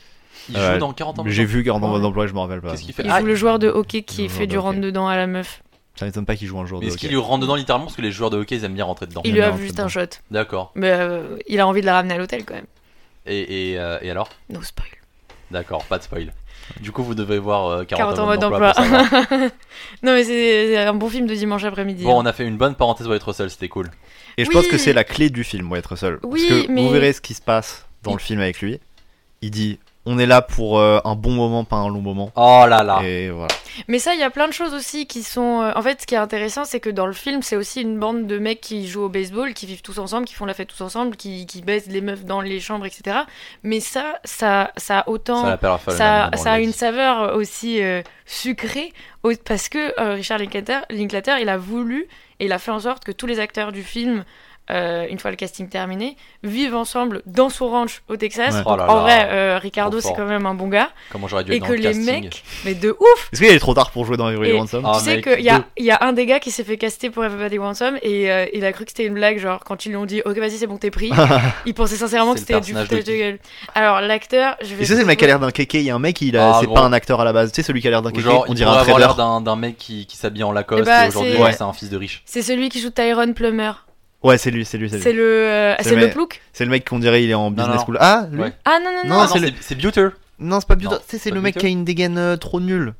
[SPEAKER 3] Il
[SPEAKER 2] Ouais,
[SPEAKER 3] joue dans 40 ans.
[SPEAKER 2] J'ai
[SPEAKER 3] maintenant.
[SPEAKER 2] vu Gardant
[SPEAKER 1] Ouais.
[SPEAKER 2] Mode d'emploi, je me rappelle pas.
[SPEAKER 3] Qu'est-ce qu'il fait
[SPEAKER 1] Il
[SPEAKER 3] Ah,
[SPEAKER 1] joue le joueur de hockey qui
[SPEAKER 2] le
[SPEAKER 1] fait
[SPEAKER 2] joueur de
[SPEAKER 1] du
[SPEAKER 2] hockey.
[SPEAKER 1] rentre-dedans à la meuf.
[SPEAKER 2] Ça m'étonne pas qu'il joue un jour de
[SPEAKER 3] Mais est-ce qu'il
[SPEAKER 2] hockey.
[SPEAKER 3] lui rentre dedans littéralement parce que les joueurs de hockey ils aiment bien rentrer dedans.
[SPEAKER 1] Il
[SPEAKER 2] Il
[SPEAKER 1] lui
[SPEAKER 2] en a
[SPEAKER 1] a
[SPEAKER 2] un
[SPEAKER 1] vu juste
[SPEAKER 2] peu
[SPEAKER 1] un
[SPEAKER 2] dedans.
[SPEAKER 1] shot.
[SPEAKER 3] D'accord.
[SPEAKER 1] Mais euh, il a envie de la ramener à l'hôtel quand même.
[SPEAKER 3] Et, et, euh, et alors
[SPEAKER 1] No spoil.
[SPEAKER 3] D'accord, pas de spoil. Du coup, vous devez voir euh, 40,
[SPEAKER 1] 40 ans mode
[SPEAKER 3] d'emploi.
[SPEAKER 1] d'emploi.
[SPEAKER 3] pour
[SPEAKER 1] (laughs)
[SPEAKER 3] savoir.
[SPEAKER 1] non mais c'est c'est un bon film de dimanche après-midi.
[SPEAKER 3] Bon,
[SPEAKER 1] hein.
[SPEAKER 3] on a fait une bonne parenthèse pour être seul, c'était cool.
[SPEAKER 2] Et je
[SPEAKER 1] Oui.
[SPEAKER 2] pense que c'est la clé du film, ouais, être seul.
[SPEAKER 1] Oui,
[SPEAKER 2] Parce que
[SPEAKER 1] mais-
[SPEAKER 2] vous verrez ce qui se passe dans le film avec lui. Il dit on est là pour euh, un bon moment, pas un long moment.
[SPEAKER 3] Oh là là.
[SPEAKER 2] Et voilà.
[SPEAKER 1] Mais ça, il y a plein de choses aussi qui sont... euh, En fait, ce qui est intéressant, c'est que dans le film, c'est aussi une bande de mecs qui jouent au baseball, qui vivent tous ensemble, qui font la fête tous ensemble, qui, qui baissent les meufs dans les chambres, etc. Mais ça, ça, ça a autant...
[SPEAKER 3] Ça l'appelle Raphaël
[SPEAKER 1] ça,
[SPEAKER 3] Lehmann, on
[SPEAKER 1] ça a
[SPEAKER 3] l'a
[SPEAKER 1] une
[SPEAKER 3] dit.
[SPEAKER 1] saveur aussi euh, sucrée au- parce que euh, Richard Linklater, Linklater, il a voulu et il a fait en sorte que tous les acteurs du film, euh, une fois le casting terminé, vivent ensemble dans son ranch au Texas.
[SPEAKER 2] Ouais.
[SPEAKER 1] Donc,
[SPEAKER 3] Oh là
[SPEAKER 1] en
[SPEAKER 3] là,
[SPEAKER 1] vrai, euh, Ricardo, c'est
[SPEAKER 3] trop fort.
[SPEAKER 1] quand même un bon gars.
[SPEAKER 3] Comment j'aurais dû
[SPEAKER 1] Et
[SPEAKER 3] être dans
[SPEAKER 1] que
[SPEAKER 3] le
[SPEAKER 1] les
[SPEAKER 3] casting
[SPEAKER 1] mecs, mais de ouf
[SPEAKER 2] Est-ce qu'il est trop tard pour jouer dans Everybody
[SPEAKER 1] Et-
[SPEAKER 2] Wants Some
[SPEAKER 3] Ah,
[SPEAKER 1] Tu sais
[SPEAKER 3] mec,
[SPEAKER 1] qu'il y a,
[SPEAKER 3] deux.
[SPEAKER 1] il y a un des gars qui s'est fait caster pour Everybody Wants Some et euh, il a cru que c'était une blague, genre quand ils lui ont dit Ok, vas-y, c'est bon, t'es
[SPEAKER 2] (laughs)
[SPEAKER 1] pris. il pensait sincèrement que
[SPEAKER 3] C'est le
[SPEAKER 1] c'était du
[SPEAKER 3] personnage
[SPEAKER 1] foutage
[SPEAKER 3] de
[SPEAKER 1] de,
[SPEAKER 3] qui
[SPEAKER 1] gueule. Alors, l'acteur, je vais.
[SPEAKER 2] Et ça, c'est le mec qui a l'air d'un kéké. Il y a un mec, il a,
[SPEAKER 3] Ah,
[SPEAKER 2] c'est
[SPEAKER 3] gros.
[SPEAKER 2] pas un acteur à la base. Tu sais, celui qui a l'air d'un
[SPEAKER 3] Ou
[SPEAKER 2] kéké,
[SPEAKER 3] genre,
[SPEAKER 2] on
[SPEAKER 3] il
[SPEAKER 2] dirait
[SPEAKER 3] pourrait
[SPEAKER 2] un
[SPEAKER 3] avoir l'air
[SPEAKER 2] trader.
[SPEAKER 3] d'un d'un mec qui, qui s'habille en Lacoste
[SPEAKER 1] Eh bah,
[SPEAKER 3] et aujourd'hui
[SPEAKER 1] c'est-
[SPEAKER 3] ouais,
[SPEAKER 1] Ouais.
[SPEAKER 3] c'est un fils de riche.
[SPEAKER 1] C'est celui qui joue Tyrone Plummer.
[SPEAKER 2] Ouais, c'est lui, c'est lui, c'est
[SPEAKER 1] C'est
[SPEAKER 2] lui.
[SPEAKER 1] le, euh,
[SPEAKER 2] C'est
[SPEAKER 1] c'est
[SPEAKER 2] le
[SPEAKER 1] le
[SPEAKER 2] mec.
[SPEAKER 1] plouc.
[SPEAKER 2] C'est le mec qu'on dirait il est en business
[SPEAKER 3] non.
[SPEAKER 2] school. Ah, lui.
[SPEAKER 3] Ouais.
[SPEAKER 1] Ah non non non.
[SPEAKER 2] Non,
[SPEAKER 3] Ah
[SPEAKER 2] c'est
[SPEAKER 3] c'est c'est Buter,
[SPEAKER 2] Non, c'est pas Buter.
[SPEAKER 3] Non,
[SPEAKER 2] Tu sais, c'est
[SPEAKER 3] pas
[SPEAKER 2] le mec qui
[SPEAKER 3] Buter.
[SPEAKER 2] a une dégaine euh, trop nulle.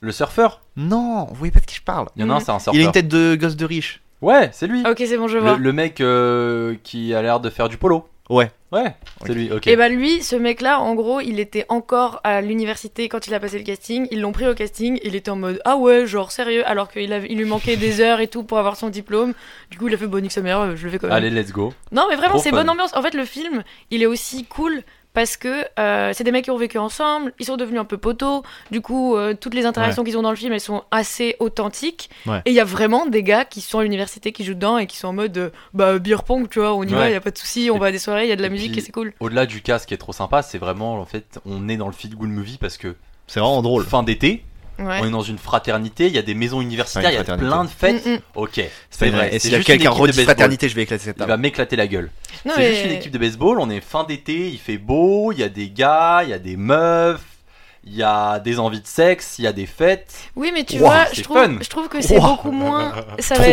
[SPEAKER 3] le surfeur.
[SPEAKER 2] Non, vous voyez pas de qui je parle.
[SPEAKER 3] Il y en a un,
[SPEAKER 1] Mm.
[SPEAKER 3] c'est un surfeur.
[SPEAKER 2] Il a une tête de gosse de riche.
[SPEAKER 3] Ouais, c'est lui.
[SPEAKER 1] Ah, Ok c'est bon je vois.
[SPEAKER 3] Le, le mec euh, qui a l'air de faire du polo.
[SPEAKER 2] Ouais.
[SPEAKER 3] Ouais, c'est
[SPEAKER 2] Ok.
[SPEAKER 3] lui. Ok.
[SPEAKER 1] Et bah lui, ce mec-là, en gros, il était encore à l'université quand il a passé le casting. Ils l'ont pris au casting. Il était en mode ah ouais genre sérieux alors qu'il avait- il lui manquait des heures et tout pour avoir son diplôme. Du coup il a fait Bonnie Summer, euh, je le fais quand même.
[SPEAKER 3] Allez, let's go.
[SPEAKER 1] Non, mais vraiment,
[SPEAKER 3] Trop
[SPEAKER 1] c'est
[SPEAKER 3] fun.
[SPEAKER 1] bonne ambiance. En fait, le film, il est aussi cool parce que euh, c'est des mecs qui ont vécu ensemble, ils sont devenus un peu potos. Du coup, euh, toutes les interactions qu'ils ont dans le film, elles sont assez authentiques.
[SPEAKER 2] Ouais.
[SPEAKER 1] Et il y a vraiment des gars qui sont à l'université, qui jouent dedans et qui sont en mode euh, bah, beer pong, tu vois, on y
[SPEAKER 3] Ouais.
[SPEAKER 1] va, il y a pas de souci, on
[SPEAKER 3] Et-
[SPEAKER 1] va à des soirées, il y a de la
[SPEAKER 3] et
[SPEAKER 1] musique
[SPEAKER 3] puis-
[SPEAKER 1] et c'est cool.
[SPEAKER 3] Au-delà du cas, ce qui est trop sympa, c'est vraiment en fait, on est dans le feel good movie parce que
[SPEAKER 2] C'est vraiment drôle.
[SPEAKER 3] fin d'été,
[SPEAKER 1] Ouais.
[SPEAKER 3] on est dans une fraternité, il y a des maisons universitaires,
[SPEAKER 2] Ouais,
[SPEAKER 3] il y
[SPEAKER 2] une
[SPEAKER 3] a
[SPEAKER 2] fraternité.
[SPEAKER 3] plein de fêtes.
[SPEAKER 1] Mm, mm.
[SPEAKER 3] Ok, c'est vrai.
[SPEAKER 2] Et
[SPEAKER 3] c'est
[SPEAKER 2] s'il y a
[SPEAKER 3] juste une
[SPEAKER 2] quelqu'un
[SPEAKER 3] équipe de
[SPEAKER 2] redit
[SPEAKER 3] baseball.
[SPEAKER 2] fraternité, je vais éclater cette
[SPEAKER 3] Il
[SPEAKER 2] table.
[SPEAKER 3] va m'éclater la gueule.
[SPEAKER 1] Non,
[SPEAKER 3] c'est juste
[SPEAKER 1] mais-
[SPEAKER 3] une équipe de baseball, on est fin d'été, il fait beau, il y a des gars, il y a des meufs, il y a des envies de sexe, il y a des fêtes.
[SPEAKER 1] Oui, mais tu
[SPEAKER 3] Wow,
[SPEAKER 1] vois,
[SPEAKER 3] c'est
[SPEAKER 1] je trouve,
[SPEAKER 3] fun.
[SPEAKER 1] je trouve que c'est
[SPEAKER 2] Wow.
[SPEAKER 1] beaucoup moins. Ça va,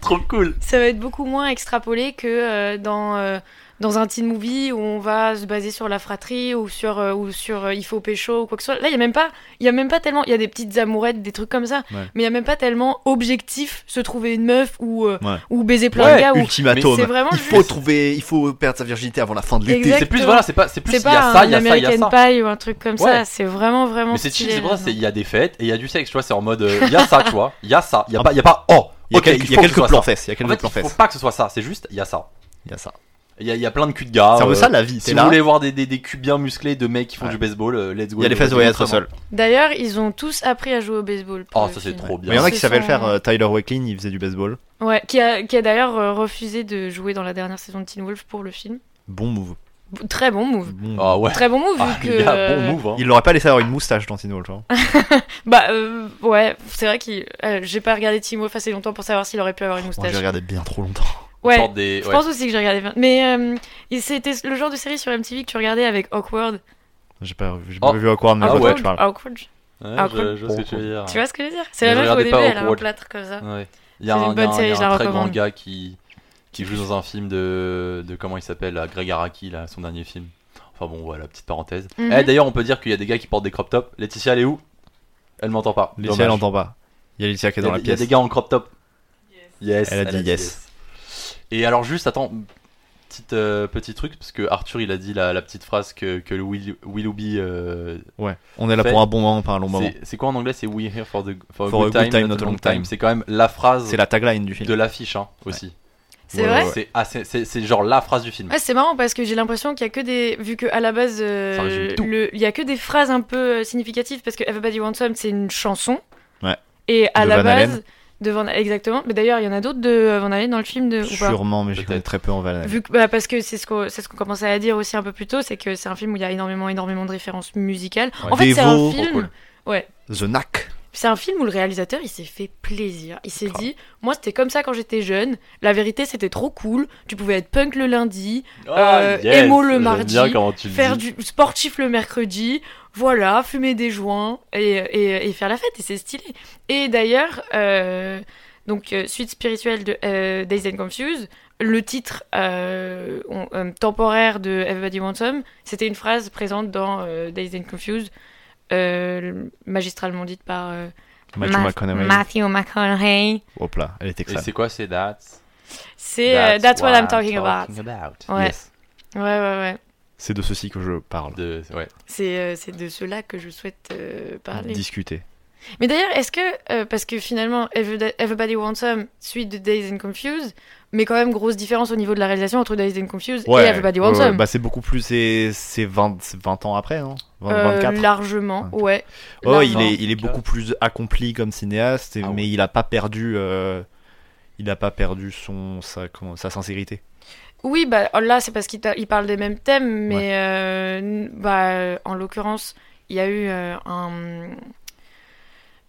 [SPEAKER 3] Trop cool. (laughs)
[SPEAKER 1] ça va être beaucoup moins extrapolé que euh, dans, euh, dans un teen movie où on va se baser sur la fratrie ou sur, euh, ou sur euh, il faut pécho ou quoi que ce soit. Là, il y a même pas, il y a même pas tellement, il y a des petites amourettes, des trucs comme ça,
[SPEAKER 2] Ouais.
[SPEAKER 1] mais il y a même pas tellement objectif se trouver une meuf ou, euh,
[SPEAKER 2] Ouais.
[SPEAKER 1] ou baiser plein
[SPEAKER 3] Ouais,
[SPEAKER 1] de gars. Ou...
[SPEAKER 2] Ultimatum.
[SPEAKER 1] C'est vraiment
[SPEAKER 2] il faut
[SPEAKER 1] juste-
[SPEAKER 2] trouver, il faut perdre sa virginité avant la fin de l'été.
[SPEAKER 1] Exact.
[SPEAKER 3] C'est plus voilà, c'est pas c'est plus il
[SPEAKER 1] C'est
[SPEAKER 3] y a
[SPEAKER 1] pas
[SPEAKER 3] ça, il
[SPEAKER 1] un
[SPEAKER 3] y a ça, il y a
[SPEAKER 1] American
[SPEAKER 3] ça.
[SPEAKER 1] Pie ou un truc comme
[SPEAKER 3] Ouais.
[SPEAKER 1] ça. C'est vraiment vraiment.
[SPEAKER 3] Mais c'est chill,
[SPEAKER 1] stylé,
[SPEAKER 3] c'est pour ça,
[SPEAKER 1] là,
[SPEAKER 3] c'est
[SPEAKER 1] non.
[SPEAKER 3] il y a des fêtes et il y a du sexe, tu vois, c'est en mode euh, il y a ça, tu vois, il y a ça, il y a pas il y a pas oh,
[SPEAKER 2] Il y a
[SPEAKER 3] OK,
[SPEAKER 2] quelques,
[SPEAKER 3] il
[SPEAKER 2] il y a
[SPEAKER 3] faut que
[SPEAKER 2] quelques
[SPEAKER 3] ce soit
[SPEAKER 2] plans
[SPEAKER 3] ça.
[SPEAKER 2] fesses. Il y a
[SPEAKER 3] En
[SPEAKER 2] quelques
[SPEAKER 3] fait,
[SPEAKER 2] plans
[SPEAKER 3] il faut
[SPEAKER 2] fesses.
[SPEAKER 3] pas que ce soit ça, c'est juste il y a ça.
[SPEAKER 2] Il y a ça.
[SPEAKER 3] Il y a, il y a plein de culs de gars.
[SPEAKER 2] C'est un peu
[SPEAKER 3] euh,
[SPEAKER 2] ça la vie.
[SPEAKER 3] Si
[SPEAKER 2] T'es
[SPEAKER 3] vous
[SPEAKER 2] là.
[SPEAKER 3] voulez voir des, des, des culs bien musclés de mecs qui font
[SPEAKER 2] Ouais.
[SPEAKER 3] du baseball, euh, let's go.
[SPEAKER 2] Il y a les
[SPEAKER 3] let's
[SPEAKER 2] fesses
[SPEAKER 3] go,
[SPEAKER 2] de
[SPEAKER 3] let's
[SPEAKER 2] être
[SPEAKER 3] go,
[SPEAKER 2] seul.
[SPEAKER 1] D'ailleurs, ils ont tous appris à jouer au baseball. pour
[SPEAKER 3] Oh,
[SPEAKER 1] le
[SPEAKER 3] ça c'est
[SPEAKER 1] film.
[SPEAKER 3] trop bien.
[SPEAKER 2] Mais il y en a
[SPEAKER 1] Ce
[SPEAKER 2] qui savaient le
[SPEAKER 1] sont-
[SPEAKER 2] faire. euh, Tyler Wakelin, il faisait du baseball.
[SPEAKER 1] Ouais, qui a, qui a d'ailleurs euh, refusé de jouer dans la dernière saison de Teen Wolf pour le film.
[SPEAKER 2] Bon move.
[SPEAKER 1] B- Très bon move.
[SPEAKER 2] Bon move.
[SPEAKER 3] Ah ouais.
[SPEAKER 1] Très bon move
[SPEAKER 3] Ah,
[SPEAKER 1] vu que.
[SPEAKER 3] les gars, bon
[SPEAKER 1] euh,
[SPEAKER 3] move. Hein.
[SPEAKER 2] Il l'aurait pas laissé avoir une moustache dans Teen Wolf, hein. genre.
[SPEAKER 1] Ah, Bah euh, ouais, c'est vrai que j'ai pas regardé Teen Wolf assez longtemps pour savoir s'il aurait pu avoir une
[SPEAKER 2] Moi,
[SPEAKER 1] moustache.
[SPEAKER 2] j'ai regardé bien trop longtemps. (laughs)
[SPEAKER 1] ouais,
[SPEAKER 3] Sorte des-
[SPEAKER 1] je
[SPEAKER 3] ouais.
[SPEAKER 1] pense aussi que j'ai regardé. vingt- Mais euh, il- c'était le genre de série sur MTV que tu regardais avec Awkward.
[SPEAKER 2] J'ai pas, j'ai
[SPEAKER 3] Oh.
[SPEAKER 2] pas vu Awkward, mais
[SPEAKER 3] Ah
[SPEAKER 2] je vois de
[SPEAKER 3] ouais.
[SPEAKER 2] quoi tu parles.
[SPEAKER 1] Awkward.
[SPEAKER 3] Ouais,
[SPEAKER 1] Ah,
[SPEAKER 3] je-
[SPEAKER 1] cool.
[SPEAKER 3] je vois ce que tu veux dire.
[SPEAKER 1] Tu vois ce que je veux dire C'est la
[SPEAKER 3] Je
[SPEAKER 1] meuf au
[SPEAKER 3] regardais
[SPEAKER 1] début,
[SPEAKER 3] pas
[SPEAKER 1] elle a un
[SPEAKER 3] Awkward.
[SPEAKER 1] plâtre comme ça.
[SPEAKER 3] Ouais. Il y a
[SPEAKER 1] Ah. C'est
[SPEAKER 3] un,
[SPEAKER 1] une bonne
[SPEAKER 3] il y a un-
[SPEAKER 1] série,
[SPEAKER 3] il y a
[SPEAKER 1] je la
[SPEAKER 3] un très grand
[SPEAKER 1] recommande.
[SPEAKER 3] gars qui, qui joue dans un film de, de comment il s'appelle, là, Greg Araki, là, son dernier film. Enfin bon, voilà, petite parenthèse.
[SPEAKER 1] Mhm.
[SPEAKER 3] Eh, D'ailleurs, on peut dire qu'il y a des gars qui portent des crop tops. Laetitia, elle est où Elle m'entend pas.
[SPEAKER 2] Laetitia, elle
[SPEAKER 3] Dommage.
[SPEAKER 2] entend pas. Il y a Laetitia qui est
[SPEAKER 3] Il y
[SPEAKER 2] dans
[SPEAKER 3] a,
[SPEAKER 2] la
[SPEAKER 3] il y a
[SPEAKER 2] pièce.
[SPEAKER 3] des gars en crop top. Yes.
[SPEAKER 2] Elle a dit yes.
[SPEAKER 3] Et alors juste, attends, petite, euh, petit truc, parce que Arthur, il a dit la, la petite phrase que, que le Will, Willoughby... euh,
[SPEAKER 2] Ouais. On est là
[SPEAKER 3] Fait.
[SPEAKER 2] pour un bon moment, pas un long moment.
[SPEAKER 3] c'est- c'est quoi en anglais C'est We here for, the, for,
[SPEAKER 2] For a good time, not a long time.
[SPEAKER 3] C'est quand même la phrase
[SPEAKER 2] C'est la tagline du
[SPEAKER 3] de
[SPEAKER 2] film.
[SPEAKER 3] l'affiche hein, aussi.
[SPEAKER 1] C'est
[SPEAKER 2] Ouais,
[SPEAKER 1] vrai
[SPEAKER 2] ouais.
[SPEAKER 3] C'est ah, c'est- c'est- c'est genre la phrase du film.
[SPEAKER 1] Ouais, c'est marrant parce que j'ai l'impression qu'il y a que des vu que à la base
[SPEAKER 3] Ça résume
[SPEAKER 1] euh,
[SPEAKER 3] tout.
[SPEAKER 1] le- il y a que des phrases un peu euh, significatives parce que Everybody Wants Some c'est une chanson.
[SPEAKER 2] Ouais.
[SPEAKER 1] Et à
[SPEAKER 2] De
[SPEAKER 1] la
[SPEAKER 2] Van
[SPEAKER 1] base
[SPEAKER 2] Halen.
[SPEAKER 1] De Van Halen, exactement. Mais d'ailleurs, il y en a d'autres de euh, Van Halen dans le film de. ou pas
[SPEAKER 2] Sûrement, mais je connais
[SPEAKER 3] Peut-être.
[SPEAKER 2] très peu en Valhalla.
[SPEAKER 1] Vu que- bah, parce que c'est ce qu'on c'est ce qu'on commençait à dire aussi un peu plus tôt, c'est que c'est un film où il y a énormément, énormément de références musicales.
[SPEAKER 2] Ouais.
[SPEAKER 1] En fait, c'est un
[SPEAKER 2] Devo,
[SPEAKER 1] film.
[SPEAKER 2] trop cool.
[SPEAKER 1] Ouais.
[SPEAKER 2] The Knack.
[SPEAKER 1] C'est un film où le réalisateur, il s'est fait plaisir. Il s'est dit, moi, c'était comme ça quand j'étais jeune. La vérité, c'était trop cool. Tu pouvais être punk le lundi, Euh, émo le
[SPEAKER 3] Ah, J'aime
[SPEAKER 1] mardi,
[SPEAKER 3] bien comment tu le
[SPEAKER 1] faire
[SPEAKER 3] dis.
[SPEAKER 1] du sportif le mercredi, voilà, fumer des joints et, et- et faire la fête. Et c'est stylé. Et d'ailleurs, euh, donc, euh, suite spirituelle de euh, Days and Confused, le titre euh, on- euh, temporaire de Everybody Wants Some, c'était une phrase présente dans euh, Days and Confused, euh, magistralement dite par. euh,
[SPEAKER 2] Matthew
[SPEAKER 1] Ma-
[SPEAKER 2] McConaughey.
[SPEAKER 1] Matthew McConaughey.
[SPEAKER 2] Hop là, elle était
[SPEAKER 3] Et
[SPEAKER 2] crâne.
[SPEAKER 3] c'est quoi ces dates
[SPEAKER 1] C'est euh, That's What I'm Talking About. Ouais.
[SPEAKER 3] Yes.
[SPEAKER 1] Ouais, ouais, ouais.
[SPEAKER 2] C'est de ceci que je parle.
[SPEAKER 3] De- ouais.
[SPEAKER 1] C'est euh, c'est de cela que je souhaite euh, parler.
[SPEAKER 2] Discuter.
[SPEAKER 1] Mais d'ailleurs, est-ce que, euh, parce que finalement, Everyda- Everybody Wants Some, suite de Days and Confused, mais quand même grosse différence au niveau de la réalisation entre Days and Confused et Everybody Wants
[SPEAKER 2] ouais, ouais.
[SPEAKER 1] Some.
[SPEAKER 2] Bah, c'est beaucoup plus. C'est c'est 20, c'est 20 ans après, non 20,
[SPEAKER 1] Euh,
[SPEAKER 2] 24
[SPEAKER 1] largement, ouais.
[SPEAKER 2] Oh, il
[SPEAKER 1] largement.
[SPEAKER 2] est, il est beaucoup plus accompli comme cinéaste, et-
[SPEAKER 3] Ah ouais.
[SPEAKER 2] mais il a pas perdu. euh, il a pas perdu son, sa, comment- sa sincérité.
[SPEAKER 1] Oui, bah là, c'est parce qu'il ta- il parle des mêmes thèmes, mais
[SPEAKER 2] Ouais.
[SPEAKER 1] euh, n- bah, euh, en l'occurrence, il y a eu euh, un-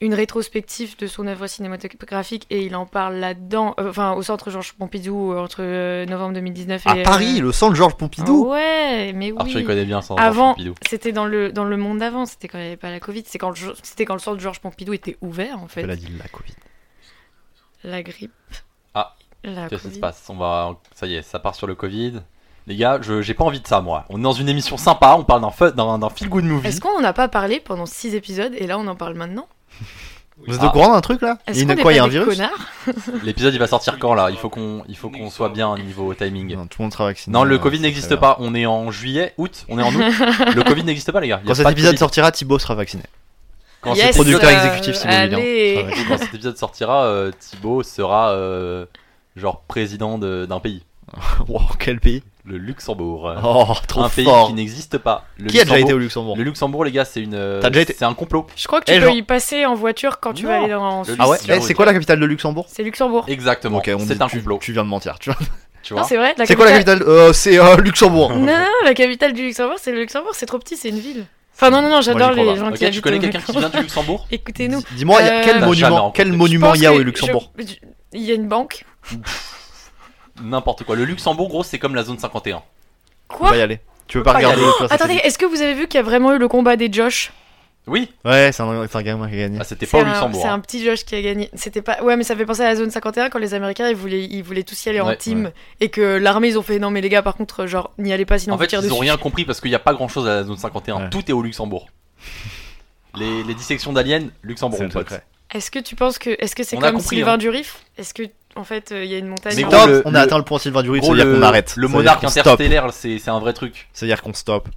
[SPEAKER 1] une rétrospective de son œuvre cinématographique et il en parle là-dedans, euh, enfin au centre Georges Pompidou euh, entre euh, novembre 2019 et.
[SPEAKER 2] À Paris,
[SPEAKER 1] euh,
[SPEAKER 2] le centre Georges Pompidou
[SPEAKER 1] Ouais, mais
[SPEAKER 3] Arthur,
[SPEAKER 1] oui.
[SPEAKER 3] il connaît bien ça.
[SPEAKER 1] Avant,
[SPEAKER 3] Pompidou.
[SPEAKER 1] c'était dans le, dans le monde d'avant, c'était quand il n'y avait pas la Covid, c'est quand le jo- c'était quand le centre Georges Pompidou était ouvert en fait.
[SPEAKER 2] Elle a dit la Covid.
[SPEAKER 1] La grippe.
[SPEAKER 3] Ah,
[SPEAKER 1] la
[SPEAKER 3] Qu'est-ce qui se
[SPEAKER 1] Covid.
[SPEAKER 3] passe On va, ça y est, ça part sur le Covid. Les gars, je j'ai pas envie de ça, moi. On est dans une émission sympa. On parle d'un fun- d'un d'un feel good movie.
[SPEAKER 1] Est-ce qu'on n'en a pas parlé pendant six épisodes et là on en parle maintenant
[SPEAKER 2] Vous êtes
[SPEAKER 3] Ah.
[SPEAKER 2] au courant d'un truc là Il y
[SPEAKER 1] Est-ce qu'on
[SPEAKER 2] a une-
[SPEAKER 1] n'est
[SPEAKER 2] quoi,
[SPEAKER 1] pas
[SPEAKER 2] il y a un
[SPEAKER 1] des
[SPEAKER 2] virus
[SPEAKER 1] connards
[SPEAKER 3] L'épisode, il va sortir quand là Il faut qu'on, il faut qu'on soit bien au niveau timing.
[SPEAKER 2] Non, Tout le monde sera vacciné.
[SPEAKER 3] Non, le
[SPEAKER 2] euh,
[SPEAKER 3] Covid
[SPEAKER 2] ça
[SPEAKER 3] n'existe
[SPEAKER 2] va.
[SPEAKER 3] pas. On est en juillet, août. On
[SPEAKER 1] (laughs)
[SPEAKER 3] est en août. le Covid n'existe pas, les gars. Il y a
[SPEAKER 2] Quand cet
[SPEAKER 3] pas de
[SPEAKER 2] épisode
[SPEAKER 3] Covid.
[SPEAKER 2] sortira, Thibaut sera
[SPEAKER 3] (laughs)
[SPEAKER 2] vacciné.
[SPEAKER 3] Quand
[SPEAKER 1] Yes,
[SPEAKER 3] cet épisode-
[SPEAKER 2] Producteur
[SPEAKER 1] euh,
[SPEAKER 2] exécutif, Simon Villain.
[SPEAKER 1] allez.
[SPEAKER 2] Sera vacciné.
[SPEAKER 3] Quand cet épisode sortira, euh, Thibaut sera euh, genre président de- d'un pays,
[SPEAKER 2] Wow, quel pays
[SPEAKER 3] le Luxembourg.
[SPEAKER 2] Oh, trop
[SPEAKER 3] un pays
[SPEAKER 2] fort
[SPEAKER 3] qui n'existe pas. Le
[SPEAKER 2] Qui a déjà
[SPEAKER 3] Luxembourg-
[SPEAKER 2] été au Luxembourg
[SPEAKER 3] Le Luxembourg, les gars, c'est une, euh,
[SPEAKER 2] T'as déjà été
[SPEAKER 3] c'est un complot.
[SPEAKER 1] Je crois que tu
[SPEAKER 2] Eh,
[SPEAKER 1] peux
[SPEAKER 2] Jean-
[SPEAKER 1] y passer en voiture quand tu
[SPEAKER 3] Non.
[SPEAKER 1] vas aller dans, en
[SPEAKER 3] Le
[SPEAKER 1] Suisse.
[SPEAKER 2] Ah ouais
[SPEAKER 3] Luxembourg.
[SPEAKER 2] Eh, C'est quoi la capitale de Luxembourg
[SPEAKER 1] C'est Luxembourg.
[SPEAKER 3] Exactement.
[SPEAKER 2] Ok, on
[SPEAKER 3] c'est
[SPEAKER 2] dit-
[SPEAKER 3] un
[SPEAKER 2] tu-
[SPEAKER 3] complot.
[SPEAKER 2] Tu viens de mentir. tu vois.
[SPEAKER 3] Tu vois
[SPEAKER 1] Non, c'est vrai.
[SPEAKER 2] C'est quoi la capitale Euh, C'est euh,
[SPEAKER 1] (laughs)
[SPEAKER 2] Luxembourg.
[SPEAKER 1] Non, non, la capitale du Luxembourg, c'est le Luxembourg, c'est trop petit, c'est une ville. Enfin, non, non, non, j'adore
[SPEAKER 2] j'y
[SPEAKER 1] les
[SPEAKER 2] crois pas.
[SPEAKER 1] gens
[SPEAKER 3] Ok,
[SPEAKER 1] qui habitent.
[SPEAKER 3] tu connais
[SPEAKER 1] au
[SPEAKER 3] quelqu'un qui
[SPEAKER 1] Luxembourg. (laughs)
[SPEAKER 3] vient du Luxembourg
[SPEAKER 1] Écoutez-nous.
[SPEAKER 2] Dis-moi, il y a-
[SPEAKER 1] Euh,
[SPEAKER 2] quel
[SPEAKER 1] T'as
[SPEAKER 3] jamais
[SPEAKER 2] monument,
[SPEAKER 3] rencontré.
[SPEAKER 2] quel
[SPEAKER 3] Je
[SPEAKER 1] Je
[SPEAKER 2] monument
[SPEAKER 1] pense
[SPEAKER 2] il y a
[SPEAKER 1] que
[SPEAKER 2] au Luxembourg
[SPEAKER 1] je- je- Il y a une banque.
[SPEAKER 3] N'importe quoi. Le Luxembourg, gros, c'est comme la zone 51.
[SPEAKER 2] On va
[SPEAKER 1] Quoi
[SPEAKER 2] y aller. Tu veux pas
[SPEAKER 3] pas y
[SPEAKER 2] regarder
[SPEAKER 3] aller.
[SPEAKER 2] le classement
[SPEAKER 1] Attendez, est-ce que vous avez vu qu'il y a vraiment eu le combat des Josh
[SPEAKER 3] Oui.
[SPEAKER 2] Ouais, c'est un, c'est un gamin qui a gagné.
[SPEAKER 3] Ah, c'était
[SPEAKER 1] C'est
[SPEAKER 3] pas au
[SPEAKER 1] un-
[SPEAKER 3] Luxembourg.
[SPEAKER 1] C'est
[SPEAKER 3] hein.
[SPEAKER 1] un petit Josh qui a gagné. C'était pas. Ouais, mais ça fait penser à la zone 51 quand les Américains ils voulaient, ils voulaient tous y aller en
[SPEAKER 3] Ouais,
[SPEAKER 1] team et que l'armée ils ont fait non mais les gars par contre genre n'y allez pas sinon
[SPEAKER 3] En
[SPEAKER 1] on vous
[SPEAKER 3] fait,
[SPEAKER 1] tire
[SPEAKER 3] ils
[SPEAKER 1] dessus.
[SPEAKER 3] ont rien compris parce qu'il n'y a pas grand chose à la zone 51.
[SPEAKER 2] Ouais.
[SPEAKER 3] Tout est au Luxembourg. Les, les dissections d'aliens, Luxembourg,
[SPEAKER 2] C'est
[SPEAKER 3] mon
[SPEAKER 2] le
[SPEAKER 3] pote.
[SPEAKER 2] secret.
[SPEAKER 1] Est-ce que tu penses que est-ce que c'est
[SPEAKER 3] On a
[SPEAKER 1] comme
[SPEAKER 3] compris,
[SPEAKER 1] Sylvain
[SPEAKER 3] hein.
[SPEAKER 1] Durif Est-ce que en fait euh, il y a une montagne
[SPEAKER 3] Mais
[SPEAKER 1] en-
[SPEAKER 3] gros,
[SPEAKER 2] Stop,
[SPEAKER 3] le-
[SPEAKER 2] on a
[SPEAKER 3] le-
[SPEAKER 2] atteint le point de Sylvain Durif,
[SPEAKER 3] Gros,
[SPEAKER 2] c'est-à-dire qu'on arrête.
[SPEAKER 3] le
[SPEAKER 2] C'est-à-dire
[SPEAKER 3] monarque
[SPEAKER 2] qu'on stoppe.
[SPEAKER 3] interstellaire, c'est c'est un vrai truc.
[SPEAKER 2] C'est-à-dire qu'on stoppe.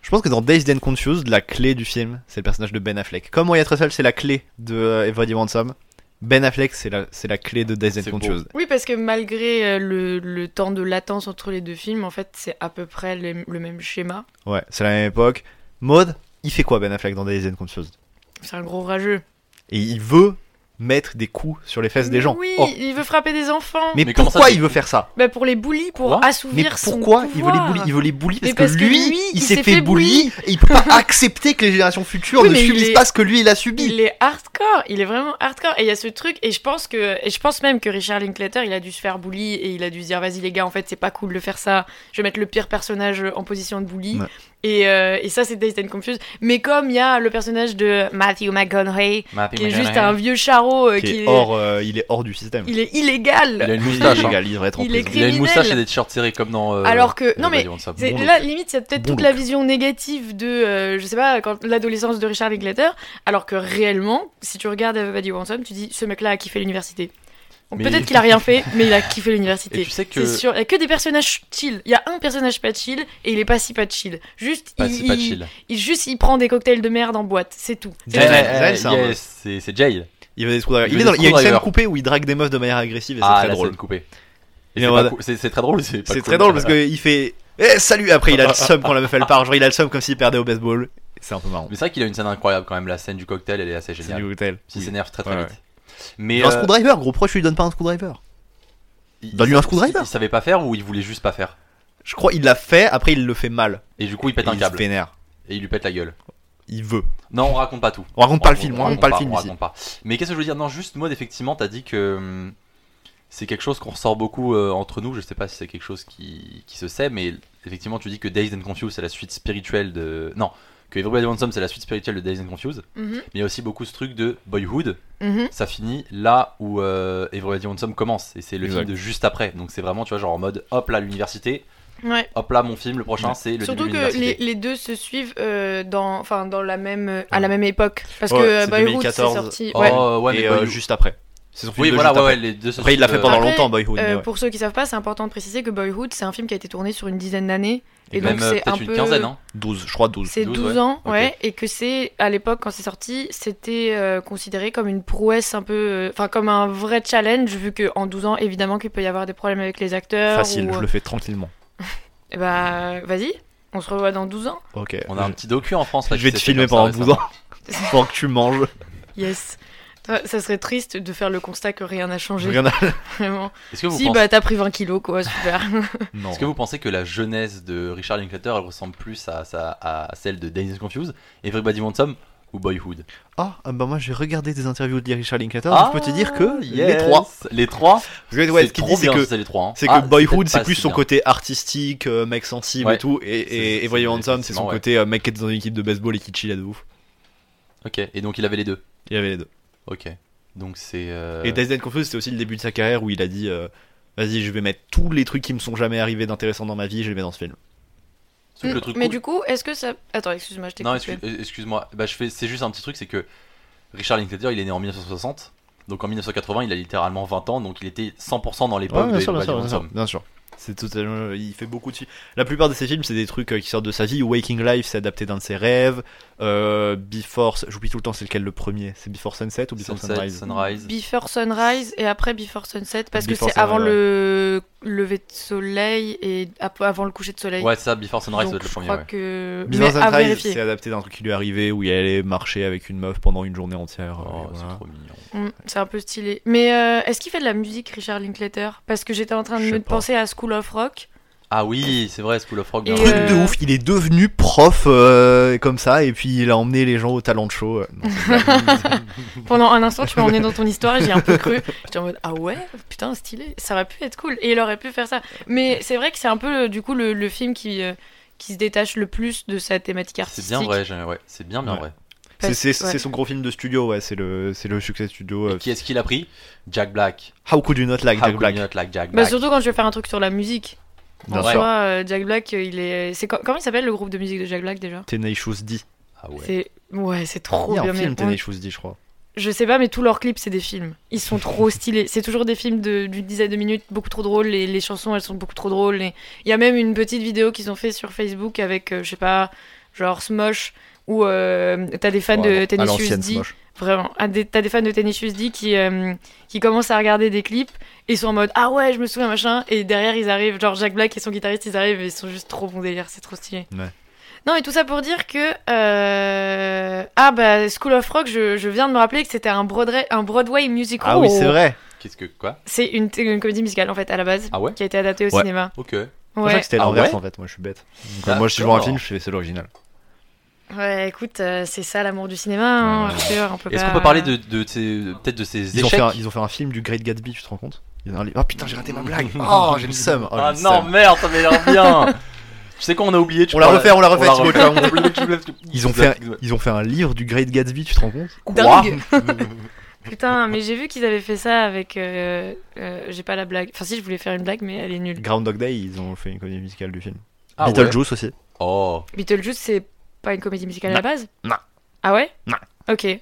[SPEAKER 2] Je pense que dans Dazed and Confused, la clé du film, c'est le personnage de Ben Affleck. Comme Wyatt Russell, c'est la clé de euh, Everybody Wants Some, Ben Affleck, c'est la, c'est la clé de Dazed
[SPEAKER 3] C'est
[SPEAKER 2] and
[SPEAKER 3] beau.
[SPEAKER 2] Confused.
[SPEAKER 1] Oui parce que malgré euh, le, le temps de latence entre les deux films en fait c'est à peu près le, le même schéma.
[SPEAKER 2] Ouais, c'est la même époque. Maud, il fait quoi Ben Affleck dans Dazed and Confused
[SPEAKER 1] C'est un gros rageux.
[SPEAKER 2] Et il veut mettre des coups sur les fesses des gens.
[SPEAKER 1] Oui,
[SPEAKER 2] Oh.
[SPEAKER 1] il veut frapper des enfants.
[SPEAKER 2] Mais,
[SPEAKER 3] Mais comment
[SPEAKER 2] pourquoi
[SPEAKER 3] ça,
[SPEAKER 2] il veut faire ça
[SPEAKER 1] Bah, pour les bullies pour
[SPEAKER 3] Quoi
[SPEAKER 2] Mais
[SPEAKER 1] assouvir son
[SPEAKER 2] pourquoi il veut les
[SPEAKER 1] pouvoir.
[SPEAKER 2] bully Il veut les bully parce,
[SPEAKER 1] Mais parce
[SPEAKER 2] que
[SPEAKER 1] que
[SPEAKER 2] lui,
[SPEAKER 1] lui,
[SPEAKER 2] il s'est fait, bully et il peut
[SPEAKER 1] (laughs)
[SPEAKER 2] pas accepter que les générations futures
[SPEAKER 1] Oui,
[SPEAKER 2] ne
[SPEAKER 1] mais il
[SPEAKER 2] subissent
[SPEAKER 1] est-
[SPEAKER 2] pas ce que lui il a subi.
[SPEAKER 1] Il est hardcore, il est vraiment hardcore. Et il y a ce truc, et je pense que, et je pense même que Richard Linklater, il a dû se faire bully et il a dû se dire, vas-y les gars, en fait, c'est pas cool de faire ça. Je vais mettre le pire personnage en position de bully.
[SPEAKER 2] Ouais.
[SPEAKER 1] Et, euh, et ça, c'est Dazed and Confused. Mais comme il y a le personnage de Matthew McConaughey, qui est juste un vieux charot euh,
[SPEAKER 2] Qui
[SPEAKER 1] qui
[SPEAKER 2] est
[SPEAKER 1] est,
[SPEAKER 2] hors, euh, il est hors du système.
[SPEAKER 1] il est illégal.
[SPEAKER 3] Il a une
[SPEAKER 2] Il est
[SPEAKER 3] moustache. hein.
[SPEAKER 2] illégal, il devrait être en
[SPEAKER 1] Il est
[SPEAKER 2] prison.
[SPEAKER 3] Il a une
[SPEAKER 1] criminel.
[SPEAKER 3] moustache et des t-shirts serrés comme dans. euh,
[SPEAKER 1] Alors que- non, mais
[SPEAKER 3] Everybody Wants Some.
[SPEAKER 1] C'est-
[SPEAKER 3] Bon look.
[SPEAKER 1] là, limite, il y a peut-être
[SPEAKER 2] Bon
[SPEAKER 1] toute la vision négative de, euh, je sais pas, quand l'adolescence de Richard Linklater, alors que réellement, si tu regardes Everybody Wants Some, tu dis, ce mec-là a kiffé l'université. Donc,
[SPEAKER 3] Mais-
[SPEAKER 1] Peut-être qu'il a rien
[SPEAKER 3] (laughs)
[SPEAKER 1] fait, mais il a kiffé
[SPEAKER 3] Et
[SPEAKER 1] l'université.
[SPEAKER 3] tu sais que.
[SPEAKER 1] C'est sûr, il y a que des personnages chill. Il y a un personnage pas chill et il est pas si pas chill. Juste,
[SPEAKER 3] Pas,
[SPEAKER 1] il,
[SPEAKER 3] c'est pas
[SPEAKER 1] il-
[SPEAKER 3] chill.
[SPEAKER 1] il- juste, il prend des cocktails de merde en boîte, c'est tout. C'est
[SPEAKER 2] Jay-
[SPEAKER 1] tout.
[SPEAKER 2] Jay- Jay- c'est un-
[SPEAKER 3] yes, hein. c'est c'est Jay.
[SPEAKER 2] Il veut des trous d'ailleurs. Il
[SPEAKER 3] Il veut
[SPEAKER 2] est dans-
[SPEAKER 3] des
[SPEAKER 2] il y a une
[SPEAKER 3] trous
[SPEAKER 2] scène
[SPEAKER 3] d'ailleurs.
[SPEAKER 2] coupée où il drague des meufs de manière agressive et c'est
[SPEAKER 3] Ah,
[SPEAKER 2] très
[SPEAKER 3] la
[SPEAKER 2] drôle.
[SPEAKER 3] scène coupée.
[SPEAKER 2] Il est
[SPEAKER 3] Et C'est
[SPEAKER 2] en
[SPEAKER 3] pas
[SPEAKER 2] mode-
[SPEAKER 3] cou- c'est c'est très drôle. C'est pas
[SPEAKER 2] C'est
[SPEAKER 3] cool.
[SPEAKER 2] très drôle parce qu'il fait Eh salut Après
[SPEAKER 3] (laughs)
[SPEAKER 2] il a le seum quand la meuf elle part. Genre il a le seum comme s'il perdait au baseball. C'est un peu marrant.
[SPEAKER 3] Mais c'est vrai qu'il a une scène incroyable quand même. La scène du cocktail, elle est assez
[SPEAKER 2] C'est
[SPEAKER 3] géniale.
[SPEAKER 2] du cocktail.
[SPEAKER 3] Il s'énerve très très
[SPEAKER 2] Ouais,
[SPEAKER 3] vite. Mais
[SPEAKER 2] Un
[SPEAKER 3] euh,
[SPEAKER 2] screwdriver, gros, pourquoi tu lui donnes pas un screwdriver
[SPEAKER 3] il-
[SPEAKER 2] donne-lui
[SPEAKER 3] il-
[SPEAKER 2] un screwdriver.
[SPEAKER 3] Il savait pas faire ou il voulait juste pas faire.
[SPEAKER 2] Je crois il l'a fait, après il le fait mal.
[SPEAKER 3] Et du coup, il pète
[SPEAKER 2] Et
[SPEAKER 3] un
[SPEAKER 2] il se
[SPEAKER 3] câble
[SPEAKER 2] pénère.
[SPEAKER 3] et il lui pète la gueule.
[SPEAKER 2] Il veut.
[SPEAKER 3] Non, on raconte pas tout.
[SPEAKER 2] On raconte pas le film, hein, on raconte pas le film
[SPEAKER 3] Ah, on
[SPEAKER 2] ici.
[SPEAKER 3] raconte pas. Mais qu'est-ce que je veux dire Non, juste Maud, effectivement, t'as dit que hum, c'est quelque chose qu'on ressort beaucoup euh, entre nous. Je sais pas si c'est quelque chose qui, qui se sait, mais effectivement, tu dis que Dazed and Confused, c'est la suite spirituelle de. Non, que Everybody Wants Some, c'est la suite spirituelle de Dazed and Confused.
[SPEAKER 1] Mhm,
[SPEAKER 3] Mais il y a aussi beaucoup ce truc de Boyhood.
[SPEAKER 1] mhm.
[SPEAKER 3] Ça finit là où euh, Everybody Wants Some commence. Et c'est le
[SPEAKER 2] Exact.
[SPEAKER 3] film de juste après. Donc c'est vraiment, tu vois, genre en mode hop là, l'université.
[SPEAKER 1] Ouais.
[SPEAKER 3] Hop là, mon film. Le prochain,
[SPEAKER 2] Ouais.
[SPEAKER 3] c'est le
[SPEAKER 1] Surtout
[SPEAKER 3] début de
[SPEAKER 1] que les,
[SPEAKER 3] l'université.
[SPEAKER 1] les deux se suivent euh, dans, enfin, dans la même, à la même époque. Parce
[SPEAKER 2] Ouais,
[SPEAKER 1] que
[SPEAKER 2] c'est
[SPEAKER 1] euh, Boyhood c'est
[SPEAKER 2] 2014.
[SPEAKER 1] sorti.
[SPEAKER 3] Oh,
[SPEAKER 1] ouais.
[SPEAKER 3] ouais, mais
[SPEAKER 2] Et euh,
[SPEAKER 3] Boyhood-
[SPEAKER 2] juste après. C'est son film
[SPEAKER 3] Oui,
[SPEAKER 2] de
[SPEAKER 3] voilà,
[SPEAKER 2] juste
[SPEAKER 3] ouais,
[SPEAKER 2] après.
[SPEAKER 3] ouais, les deux se
[SPEAKER 2] Après, il l'a
[SPEAKER 3] suivent,
[SPEAKER 2] fait
[SPEAKER 3] euh,
[SPEAKER 2] pendant
[SPEAKER 1] Après,
[SPEAKER 2] longtemps, Boyhood. mais
[SPEAKER 1] Euh,
[SPEAKER 2] ouais.
[SPEAKER 1] Pour ceux qui savent pas, c'est important de préciser que Boyhood, c'est un film qui a été tourné sur une dizaine d'années. Et
[SPEAKER 3] Même
[SPEAKER 1] donc,
[SPEAKER 3] euh,
[SPEAKER 1] c'est un
[SPEAKER 3] peut-être une
[SPEAKER 1] peu-
[SPEAKER 3] quinzaine, hein.
[SPEAKER 2] 12, je crois 12.
[SPEAKER 1] C'est
[SPEAKER 3] 12,
[SPEAKER 1] 12
[SPEAKER 3] ouais.
[SPEAKER 1] ans,
[SPEAKER 3] Ok.
[SPEAKER 1] ouais, et que c'est, à l'époque, quand c'est sorti, c'était euh, considéré comme une prouesse un peu. euh, Enfin, comme un vrai challenge, vu qu'en 12 ans, évidemment, qu'il peut y avoir des problèmes avec les acteurs.
[SPEAKER 2] Facile,
[SPEAKER 1] ou,
[SPEAKER 2] je
[SPEAKER 1] euh,
[SPEAKER 2] le fais tranquillement.
[SPEAKER 1] eh Bah, vas-y, on se revoit dans 12 ans.
[SPEAKER 2] Ok.
[SPEAKER 3] On a un petit docu en France.
[SPEAKER 2] Je
[SPEAKER 3] là,
[SPEAKER 2] vais
[SPEAKER 3] qui
[SPEAKER 2] te
[SPEAKER 3] s'est fait
[SPEAKER 2] filmer
[SPEAKER 3] comme ça
[SPEAKER 2] pendant
[SPEAKER 3] récemment.
[SPEAKER 2] 12 ans. (laughs) Pendant que
[SPEAKER 1] (laughs)
[SPEAKER 2] tu manges.
[SPEAKER 1] Yes. Ça ça serait triste de faire le constat que rien n'a changé,
[SPEAKER 2] Rien à...
[SPEAKER 1] vraiment.
[SPEAKER 3] Est-ce que vous
[SPEAKER 1] Si,
[SPEAKER 3] pensez
[SPEAKER 1] bah, t'as pris 20 kilos, quoi, super.
[SPEAKER 2] Non.
[SPEAKER 3] Est-ce que vous pensez que la jeunesse de Richard Linklater elle ressemble plus à, sa- à celle de Daniel Confused, Everybody Wants Some ou Boyhood
[SPEAKER 2] Ah, ah, bah moi j'ai regardé des interviews de Richard Linklater, donc je peux te dire que les trois.
[SPEAKER 3] Les trois
[SPEAKER 2] Je vais- ouais,
[SPEAKER 3] Ah, C'est
[SPEAKER 2] ce qu'il
[SPEAKER 3] trop
[SPEAKER 2] dit, c'est
[SPEAKER 3] bien
[SPEAKER 2] que
[SPEAKER 3] si c'est les trois. hein.
[SPEAKER 2] C'est
[SPEAKER 3] Ah,
[SPEAKER 2] que Boyhood,
[SPEAKER 3] peut-être
[SPEAKER 2] c'est
[SPEAKER 3] pas
[SPEAKER 2] plus
[SPEAKER 3] si
[SPEAKER 2] son
[SPEAKER 3] bien.
[SPEAKER 2] côté artistique, euh, mec sensible
[SPEAKER 3] Ouais.
[SPEAKER 2] et tout. Et,
[SPEAKER 3] C'est-
[SPEAKER 2] et,
[SPEAKER 3] c'est-
[SPEAKER 2] et Voyant Handsome, c'est
[SPEAKER 3] effectivement,
[SPEAKER 2] son
[SPEAKER 3] ouais.
[SPEAKER 2] côté euh, mec qui est dans une équipe de baseball et qui chill à de ouf.
[SPEAKER 3] Ok, et donc il avait les deux.
[SPEAKER 2] Il y avait les deux.
[SPEAKER 3] Ok. Donc c'est. euh,
[SPEAKER 2] Et Dazed and Confused, c'était aussi le début de sa carrière où il a dit euh, Vas-y, je vais mettre tous les trucs qui me sont jamais arrivés d'intéressant dans ma vie, je les mets dans ce film.
[SPEAKER 3] sauf que (laughs) le truc
[SPEAKER 1] Mais
[SPEAKER 3] cool-
[SPEAKER 1] du coup, est-ce que ça. Attends, excuse-moi, je t'ai
[SPEAKER 3] Non,
[SPEAKER 1] coupé.
[SPEAKER 3] excuse- euh, excuse-moi. Bah, je fais... C'est juste un petit truc, c'est que Richard Linklater, il est né en 1960. Donc en 1980, il a littéralement 20 ans, donc il était 100% dans l'époque de Everybody Wants Some.
[SPEAKER 2] bien sûr. C'est totalement. Il fait beaucoup de films. La plupart de ses films, c'est des trucs euh, qui sortent de sa vie. Waking Life, c'est adapté d'un de ses rêves. Euh, Before. J'oublie tout le temps, c'est lequel le premier C'est Before Sunset ou Before
[SPEAKER 3] Sunset,
[SPEAKER 2] Sunrise
[SPEAKER 3] Sunrise.
[SPEAKER 1] Before Sunrise et après Before Sunset parce
[SPEAKER 2] Before
[SPEAKER 1] que c'est
[SPEAKER 2] Sunrise,
[SPEAKER 1] avant
[SPEAKER 2] ouais.
[SPEAKER 1] le lever de soleil et ap- avant le coucher de soleil.
[SPEAKER 3] Ouais, c'est ça, Before Sunrise, ça doit
[SPEAKER 1] Donc
[SPEAKER 3] être le
[SPEAKER 1] je
[SPEAKER 3] premier.
[SPEAKER 1] crois
[SPEAKER 3] ouais.
[SPEAKER 1] que mais
[SPEAKER 2] Bizarre
[SPEAKER 1] à
[SPEAKER 2] Sunrise,
[SPEAKER 1] vérifier.
[SPEAKER 2] c'est adapté d'un truc qui lui est arrivé où il allait marcher avec une meuf pendant une journée entière.
[SPEAKER 3] Oh,
[SPEAKER 2] euh, et
[SPEAKER 3] c'est
[SPEAKER 2] voilà.
[SPEAKER 3] trop mignon.
[SPEAKER 1] Mm, C'est un peu stylé. Mais euh, est-ce qu'il fait de la musique Richard Linklater Parce que j'étais en train de
[SPEAKER 2] Je sais
[SPEAKER 1] me
[SPEAKER 2] pas.
[SPEAKER 1] penser à School of Rock.
[SPEAKER 3] Ah oui, c'est vrai, School of Rock. bien
[SPEAKER 1] Et,
[SPEAKER 2] Truc
[SPEAKER 3] joué.
[SPEAKER 2] de
[SPEAKER 1] euh,
[SPEAKER 2] ouf, il est devenu prof euh, comme ça et puis il a emmené les gens au talent de show. euh, non, c'est une blague.
[SPEAKER 1] Pendant un instant, tu m'as emmené dans ton histoire et j'ai un peu
[SPEAKER 3] (laughs)
[SPEAKER 1] cru. J'étais en mode ah ouais, putain stylé, ça aurait pu être cool et il aurait pu faire ça. Mais c'est vrai que c'est un peu euh, du coup le, le film qui euh, qui se détache le plus de sa thématique artistique.
[SPEAKER 3] C'est bien vrai, j'ai- ouais, c'est bien bien
[SPEAKER 2] Ouais.
[SPEAKER 3] vrai.
[SPEAKER 2] C'est-
[SPEAKER 1] Parce-
[SPEAKER 2] c'est
[SPEAKER 1] ouais.
[SPEAKER 2] c'est son gros film de studio, ouais, c'est le, c'est le succès studio. euh,
[SPEAKER 3] Et qui est-ce qu'il a pris Jack Black.
[SPEAKER 2] How could you not like
[SPEAKER 3] How
[SPEAKER 2] Jack
[SPEAKER 3] could
[SPEAKER 2] Black
[SPEAKER 3] you not like Jack
[SPEAKER 1] Bah,
[SPEAKER 3] Black.
[SPEAKER 1] surtout quand je veux faire un truc sur la musique.
[SPEAKER 2] Bien
[SPEAKER 1] En
[SPEAKER 3] Ouais.
[SPEAKER 2] sûr.
[SPEAKER 1] soi, euh, Jack Black, euh, il est. C'est co- comment il s'appelle le groupe de musique de Jack Black déjà
[SPEAKER 2] Tenacious D.
[SPEAKER 3] Ah ouais.
[SPEAKER 1] C'est ouais, c'est trop
[SPEAKER 2] il y a
[SPEAKER 1] bien.
[SPEAKER 2] un
[SPEAKER 1] mais
[SPEAKER 2] film
[SPEAKER 1] on-
[SPEAKER 2] Tenacious D, je crois.
[SPEAKER 1] Je sais pas, mais tous leurs clips c'est des films. Ils sont trop stylés. C'est toujours des films de- d'une dizaine de minutes, beaucoup trop drôles. Les, les chansons, elles sont beaucoup trop drôles. et Il y a même une petite vidéo qu'ils ont fait sur Facebook avec, euh, je sais pas, genre Smosh où euh, t'as des fans de
[SPEAKER 2] à
[SPEAKER 1] Tenacious
[SPEAKER 2] l'ancienne,
[SPEAKER 1] D.
[SPEAKER 2] c'est moche.
[SPEAKER 1] Vraiment. Un des- T'as des fans de Tenacious D qui, euh, qui commencent à regarder des clips et ils sont en mode Ah ouais, je me souviens, machin. Et derrière, ils arrivent, genre Jack Black et son guitariste, ils arrivent et ils sont juste trop bon délire, c'est trop stylé.
[SPEAKER 2] Ouais.
[SPEAKER 1] Non, et tout ça pour dire que. euh, Ah bah, School of Rock, je, je viens de me rappeler que c'était un Broadway, un Broadway musical.
[SPEAKER 2] Ah oui, c'est vrai.
[SPEAKER 3] Qu'est-ce que quoi
[SPEAKER 1] C'est une, une comédie musicale en fait, à la base,
[SPEAKER 3] Ah ouais
[SPEAKER 1] qui a été adaptée au
[SPEAKER 2] Ouais.
[SPEAKER 1] cinéma.
[SPEAKER 3] Ok.
[SPEAKER 2] Je pensais
[SPEAKER 1] Ouais.
[SPEAKER 2] que c'était
[SPEAKER 3] Ah
[SPEAKER 2] l'inverse
[SPEAKER 3] ouais
[SPEAKER 2] en fait, moi je suis bête. Donc,
[SPEAKER 3] D'accord.
[SPEAKER 2] moi je suis vois un film, je fais c'est l'original.
[SPEAKER 1] Ouais, écoute, euh, c'est ça l'amour du cinéma, hein,
[SPEAKER 2] Ouais.
[SPEAKER 1] Arthur, on peut
[SPEAKER 3] Est-ce
[SPEAKER 1] pas-
[SPEAKER 3] qu'on peut parler de, de ces- peut-être de ces
[SPEAKER 2] Ils ont,
[SPEAKER 3] échecs
[SPEAKER 2] fait un, ils ont fait un film du Great Gatsby, tu te rends compte Il y en a un livre- Oh putain, j'ai raté ma blague Oh, j'ai le seum Oh,
[SPEAKER 3] Ah
[SPEAKER 2] j'ai le
[SPEAKER 3] non,
[SPEAKER 2] seum.
[SPEAKER 3] merde, ça m'a l'air bien. (laughs) Tu sais quoi, on a oublié. Tu
[SPEAKER 2] On la
[SPEAKER 3] parles-
[SPEAKER 2] refait, on la refait,
[SPEAKER 3] on
[SPEAKER 2] Thibaut, tu vas- Ils ont, fait un,
[SPEAKER 3] Quoi
[SPEAKER 2] ils ont fait un livre du Great Gatsby, tu te rends compte
[SPEAKER 1] Dingue (laughs) Putain, mais j'ai vu qu'ils avaient fait ça avec. euh, euh, j'ai pas la blague. Enfin, si, je voulais faire une blague, mais elle est nulle.
[SPEAKER 2] Groundhog Day, ils ont fait une comédie musicale du film.
[SPEAKER 3] Ah ouais.
[SPEAKER 2] Beetlejuice aussi.
[SPEAKER 3] Oh.
[SPEAKER 1] Beetlejuice, c'est pas une comédie musicale à la base
[SPEAKER 2] Non.
[SPEAKER 1] Ah ouais
[SPEAKER 2] Non.
[SPEAKER 1] Ok.
[SPEAKER 3] C'est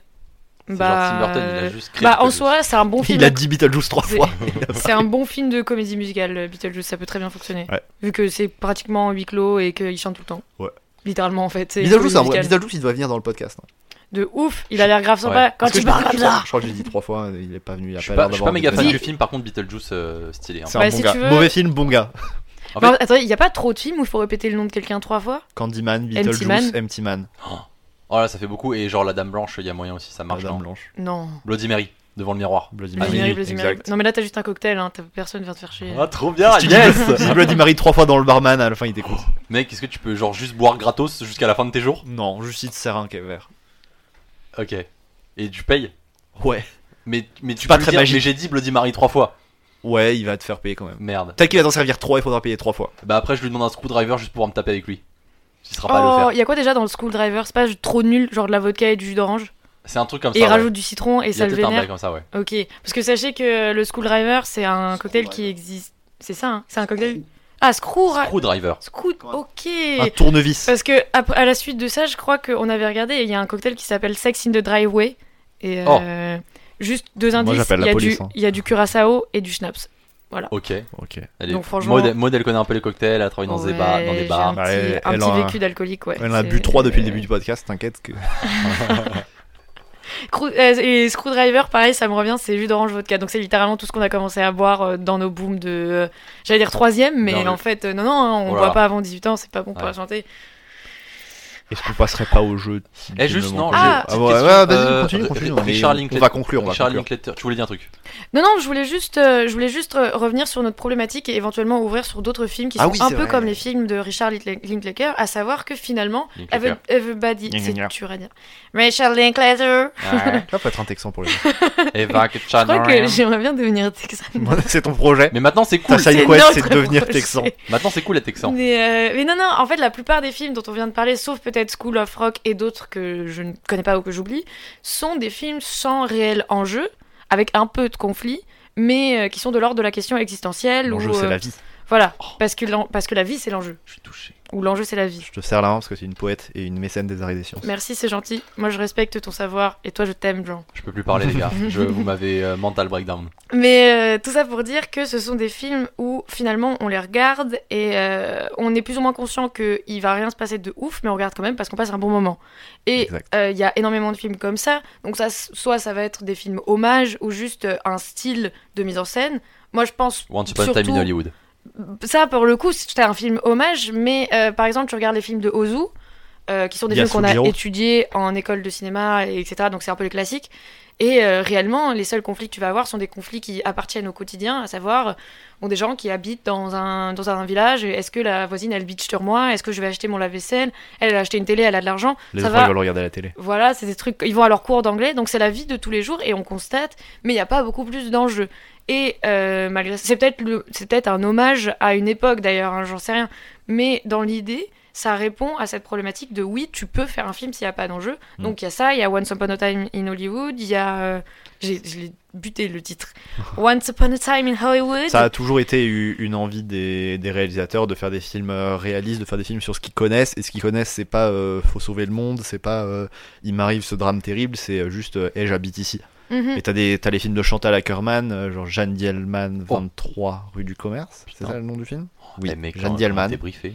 [SPEAKER 1] Bah.
[SPEAKER 3] genre Tim Burton, il a juste créé.
[SPEAKER 1] Bah, en
[SPEAKER 3] quelque chose.
[SPEAKER 1] soi, c'est un bon film.
[SPEAKER 2] (laughs) Il a dit Beetlejuice trois
[SPEAKER 1] C'est-
[SPEAKER 2] fois.
[SPEAKER 1] C'est un bon film de comédie musicale, euh, Beetlejuice, ça peut très bien fonctionner.
[SPEAKER 2] Ouais.
[SPEAKER 1] Vu que c'est pratiquement en huis clos et qu'il chante tout le temps.
[SPEAKER 2] Ouais.
[SPEAKER 1] Littéralement, en fait. c'est une
[SPEAKER 2] Beetlejuice, c'est un
[SPEAKER 1] comédie
[SPEAKER 2] vrai-
[SPEAKER 1] musicale.
[SPEAKER 2] Beetlejuice, il doit venir dans le podcast. hein.
[SPEAKER 1] De ouf, il a l'air grave sympa
[SPEAKER 3] Ouais.
[SPEAKER 1] quand
[SPEAKER 2] Parce que
[SPEAKER 1] tu
[SPEAKER 2] je
[SPEAKER 1] parles
[SPEAKER 2] l'ai dit-
[SPEAKER 1] comme ça.
[SPEAKER 2] Je crois que je l'ai dit trois fois, hein, il est pas venu. il a
[SPEAKER 3] Je suis
[SPEAKER 2] l'air
[SPEAKER 3] pas, je suis pas
[SPEAKER 2] d'avoir
[SPEAKER 3] méga
[SPEAKER 2] envie
[SPEAKER 3] fan
[SPEAKER 2] de-
[SPEAKER 3] du film, par contre Beetlejuice euh, stylé. hein.
[SPEAKER 2] C'est
[SPEAKER 1] Bah,
[SPEAKER 2] un bon
[SPEAKER 1] si
[SPEAKER 2] gars.
[SPEAKER 1] tu veux-
[SPEAKER 2] Mauvais film, bon gars.
[SPEAKER 3] En fait-
[SPEAKER 1] Alors, attendez, il n'y a pas trop de films où il faut répéter le nom de quelqu'un trois fois
[SPEAKER 2] Candyman,
[SPEAKER 1] Man.
[SPEAKER 2] Beetlejuice, Empty Man,
[SPEAKER 3] Oh là, ça fait beaucoup. Et genre la Dame Blanche, il y a moyen aussi, ça marche.
[SPEAKER 2] Madame
[SPEAKER 3] non
[SPEAKER 2] Blanche.
[SPEAKER 1] Non.
[SPEAKER 3] Bloody Mary. devant le miroir.
[SPEAKER 2] Bloody
[SPEAKER 1] Bloody Mary,
[SPEAKER 2] Mary,
[SPEAKER 1] Bloody Mary.
[SPEAKER 2] exact.
[SPEAKER 1] Non, mais là, t'as juste un cocktail, hein, t'as- personne vient te faire chier.
[SPEAKER 3] Ah, trop bien,
[SPEAKER 2] Tu dis- tu dis Bloody Mary trois fois dans le barman, à la fin il
[SPEAKER 3] (laughs)
[SPEAKER 2] t'écoute.
[SPEAKER 3] Mec, est-ce que tu peux genre juste boire gratos jusqu'à la fin de tes jours
[SPEAKER 2] Non, juste il te sert un verre.
[SPEAKER 3] Ok. Et tu payes
[SPEAKER 2] Ouais.
[SPEAKER 3] mais, mais tu
[SPEAKER 2] pas
[SPEAKER 3] peux
[SPEAKER 2] très
[SPEAKER 3] lui dire,
[SPEAKER 2] magique.
[SPEAKER 3] Mais j'ai dit Bloody Mary trois fois.
[SPEAKER 2] Ouais, il va te faire payer quand même.
[SPEAKER 3] Merde.
[SPEAKER 2] T'as qu'il va t'en servir trois, il faudra payer trois fois.
[SPEAKER 3] Bah après, je lui demande un screwdriver juste pour pouvoir me taper avec lui. Il sera pas à le
[SPEAKER 1] Oh,
[SPEAKER 3] faire.
[SPEAKER 1] il y a quoi déjà dans le School Driver C'est pas trop nul, genre de la vodka et du jus d'orange
[SPEAKER 3] C'est un truc comme
[SPEAKER 1] Et
[SPEAKER 3] ça.
[SPEAKER 1] il
[SPEAKER 3] ouais.
[SPEAKER 1] rajoute du citron et
[SPEAKER 3] Il y a
[SPEAKER 1] ça le
[SPEAKER 3] peut-être un bail
[SPEAKER 1] vénère.
[SPEAKER 3] comme ça, ouais.
[SPEAKER 1] Ok, parce que sachez que le School Driver, c'est un cocktail qui existe. C'est ça, hein c'est un cocktail. Ah, Screw.
[SPEAKER 3] Screwdriver.
[SPEAKER 1] Screw, ok.
[SPEAKER 3] Ah.
[SPEAKER 2] Un tournevis.
[SPEAKER 1] Parce que ap- à la suite de ça, je crois qu'on avait regardé, il y a un cocktail qui s'appelle Sex in the Driveway. Et
[SPEAKER 3] Oh.
[SPEAKER 1] euh, juste deux
[SPEAKER 2] Moi,
[SPEAKER 1] indices,
[SPEAKER 2] j'appelle
[SPEAKER 1] il y,
[SPEAKER 2] la
[SPEAKER 1] a du-
[SPEAKER 2] police, hein.
[SPEAKER 1] il y a du curaçao et du schnapps.
[SPEAKER 3] Ok.
[SPEAKER 2] Ok.
[SPEAKER 3] Elle est-
[SPEAKER 1] Donc, franchement-
[SPEAKER 3] Maud, Maud, elle connaît un peu les cocktails, elle a travaillé dans, des,
[SPEAKER 1] Ouais,
[SPEAKER 3] bars, dans des
[SPEAKER 1] j'ai
[SPEAKER 3] bars.
[SPEAKER 1] Un petit,
[SPEAKER 2] Bah, elle-
[SPEAKER 1] un
[SPEAKER 2] elle
[SPEAKER 1] petit
[SPEAKER 2] en a-
[SPEAKER 1] vécu d'alcoolique, ouais.
[SPEAKER 2] On en a
[SPEAKER 1] c'est-
[SPEAKER 2] bu trois depuis le
[SPEAKER 3] Euh,
[SPEAKER 2] début du podcast, t'inquiète
[SPEAKER 3] (laughs)
[SPEAKER 2] que.
[SPEAKER 1] Screw- euh, et Screwdriver, pareil, ça me revient, c'est jus d'orange vodka. Donc c'est littéralement tout ce qu'on a commencé à boire euh, dans nos booms de, euh, j'allais dire troisième, mais
[SPEAKER 3] Non, mais-
[SPEAKER 1] en fait, euh, non, non, hein, on
[SPEAKER 3] Oh là là.
[SPEAKER 1] boit pas avant 18 ans, c'est pas bon pour
[SPEAKER 3] Ouais.
[SPEAKER 1] la santé.
[SPEAKER 2] Est-ce qu'on passerait pas au jeu
[SPEAKER 3] Eh, juste, non,
[SPEAKER 1] Ah,
[SPEAKER 3] j'ai
[SPEAKER 2] Ah
[SPEAKER 3] une petite
[SPEAKER 2] ouais,
[SPEAKER 3] question.
[SPEAKER 2] ouais, vas-y,
[SPEAKER 3] Euh,
[SPEAKER 2] continue,
[SPEAKER 3] Ri-
[SPEAKER 2] continue, on est-
[SPEAKER 3] Richard
[SPEAKER 2] on va
[SPEAKER 3] Linklater-
[SPEAKER 2] conclure, on va
[SPEAKER 3] Richard
[SPEAKER 2] conclure.
[SPEAKER 3] Linklater, tu voulais dire un truc
[SPEAKER 1] Non, non, je voulais juste, euh, je voulais juste euh, revenir sur notre problématique et éventuellement ouvrir sur d'autres films qui
[SPEAKER 2] Ah
[SPEAKER 1] sont
[SPEAKER 2] oui,
[SPEAKER 1] un
[SPEAKER 2] c'est
[SPEAKER 1] peu
[SPEAKER 2] vrai.
[SPEAKER 1] comme les films de Richard Linkla- Linklater, à savoir que finalement,
[SPEAKER 3] Linklater.
[SPEAKER 1] Every- Everybody, c'est
[SPEAKER 2] Linklater.
[SPEAKER 1] dur à dire. Richard Linklater.
[SPEAKER 3] Ouais.
[SPEAKER 1] (laughs)
[SPEAKER 2] Ça peut Ah, être un texan pour les
[SPEAKER 3] Eva
[SPEAKER 1] Ah, ben- Je crois que
[SPEAKER 3] Kitchener.
[SPEAKER 1] j'aimerais bien devenir texane.
[SPEAKER 2] gens. (laughs) C'est ton projet.
[SPEAKER 3] Mais maintenant, c'est cool.
[SPEAKER 2] Ta side
[SPEAKER 1] C'est
[SPEAKER 2] quest,
[SPEAKER 1] notre
[SPEAKER 2] c'est de devenir
[SPEAKER 1] projet.
[SPEAKER 2] texan.
[SPEAKER 3] Maintenant, c'est cool les Texans.
[SPEAKER 1] (laughs) Mais, euh, mais non, non, en fait, la plupart des films dont on vient de parler, sauf peut-être School of Rock et d'autres que je ne connais pas ou que j'oublie, sont des films sans réel enjeu, avec un peu de conflit, mais euh, qui sont de l'ordre de la question existentielle.
[SPEAKER 2] L'enjeu,
[SPEAKER 1] ou,
[SPEAKER 2] c'est
[SPEAKER 1] euh,
[SPEAKER 2] la vie.
[SPEAKER 1] Voilà,
[SPEAKER 3] Oh.
[SPEAKER 1] parce que, l'en- parce que la vie, c'est l'enjeu.
[SPEAKER 3] Je suis touché.
[SPEAKER 1] Ou l'enjeu, c'est la vie.
[SPEAKER 2] Je te sers la main parce que tu es une poète et une mécène des arts et des sciences.
[SPEAKER 1] Merci, c'est gentil. Moi, je respecte ton savoir et toi, je t'aime, Jean.
[SPEAKER 3] Je peux plus parler, les gars. Je, vous m'avez euh, mental breakdown.
[SPEAKER 1] Mais euh, tout ça pour dire que ce sont des films où finalement on les regarde et euh, on est plus ou moins conscient qu'il va rien se passer de ouf, mais on regarde quand même parce qu'on passe un bon moment. Et euh,
[SPEAKER 2] Exact.
[SPEAKER 1] il y a énormément de films comme ça. Donc, ça, s- soit ça va être des films hommages ou juste euh, un style de mise en scène. Moi, je pense
[SPEAKER 3] Once Upon a
[SPEAKER 1] surtout-
[SPEAKER 3] Time in Hollywood.
[SPEAKER 1] ça pour le coup c'était un film hommage mais euh, par exemple tu regardes les films de Ozu euh, qui sont des films qu'on
[SPEAKER 2] Yasujiro.
[SPEAKER 1] a étudiés en école de cinéma et etc donc c'est un peu les classiques et euh, réellement les seuls conflits que tu vas avoir sont des conflits qui appartiennent au quotidien à savoir euh, bon, des gens qui habitent dans un, dans un village et est-ce que la voisine elle bitch sur moi est-ce que je vais acheter mon lave-vaisselle elle elle a acheté une télé elle a de l'argent
[SPEAKER 2] Les
[SPEAKER 1] ça
[SPEAKER 2] enfants, ils
[SPEAKER 1] va
[SPEAKER 2] veulent regarder à la télé.
[SPEAKER 1] voilà, c'est des trucs. Ils vont à leur cours d'anglais, donc c'est la vie de tous les jours et on constate, mais il n'y a pas beaucoup plus d'enjeux. Et euh, malgré ça, c'est peut-être le- c'est peut-être un hommage à une époque d'ailleurs, hein, j'en sais rien. Mais dans l'idée, ça répond à cette problématique de oui, tu peux faire un film s'il n'y a pas d'enjeu.
[SPEAKER 2] Mm.
[SPEAKER 1] Donc il y a ça, il y a Once Upon a Time in Hollywood, il y a. euh, j'ai- je l'ai buté le
[SPEAKER 2] (laughs)
[SPEAKER 1] titre. Once Upon a Time in Hollywood.
[SPEAKER 2] Ça a toujours été u- une envie des, des réalisateurs de faire des films euh, réalistes, de faire des films sur ce qu'ils connaissent. Et ce qu'ils connaissent, c'est pas euh, faut sauver le monde, c'est pas euh, il m'arrive ce drame terrible, c'est euh, juste euh, hey, j'habite ici.
[SPEAKER 1] Mhm.
[SPEAKER 2] Et t'as des t'as les films de Chantal Ackerman, euh, genre Jeanne Dielman,
[SPEAKER 3] Oh.
[SPEAKER 2] 23 rue du Commerce. C'est
[SPEAKER 3] Putain.
[SPEAKER 2] ça le nom du film
[SPEAKER 3] Eh, mec,
[SPEAKER 2] Jeanne
[SPEAKER 3] on- on
[SPEAKER 2] Dielman.
[SPEAKER 3] t'est briefé.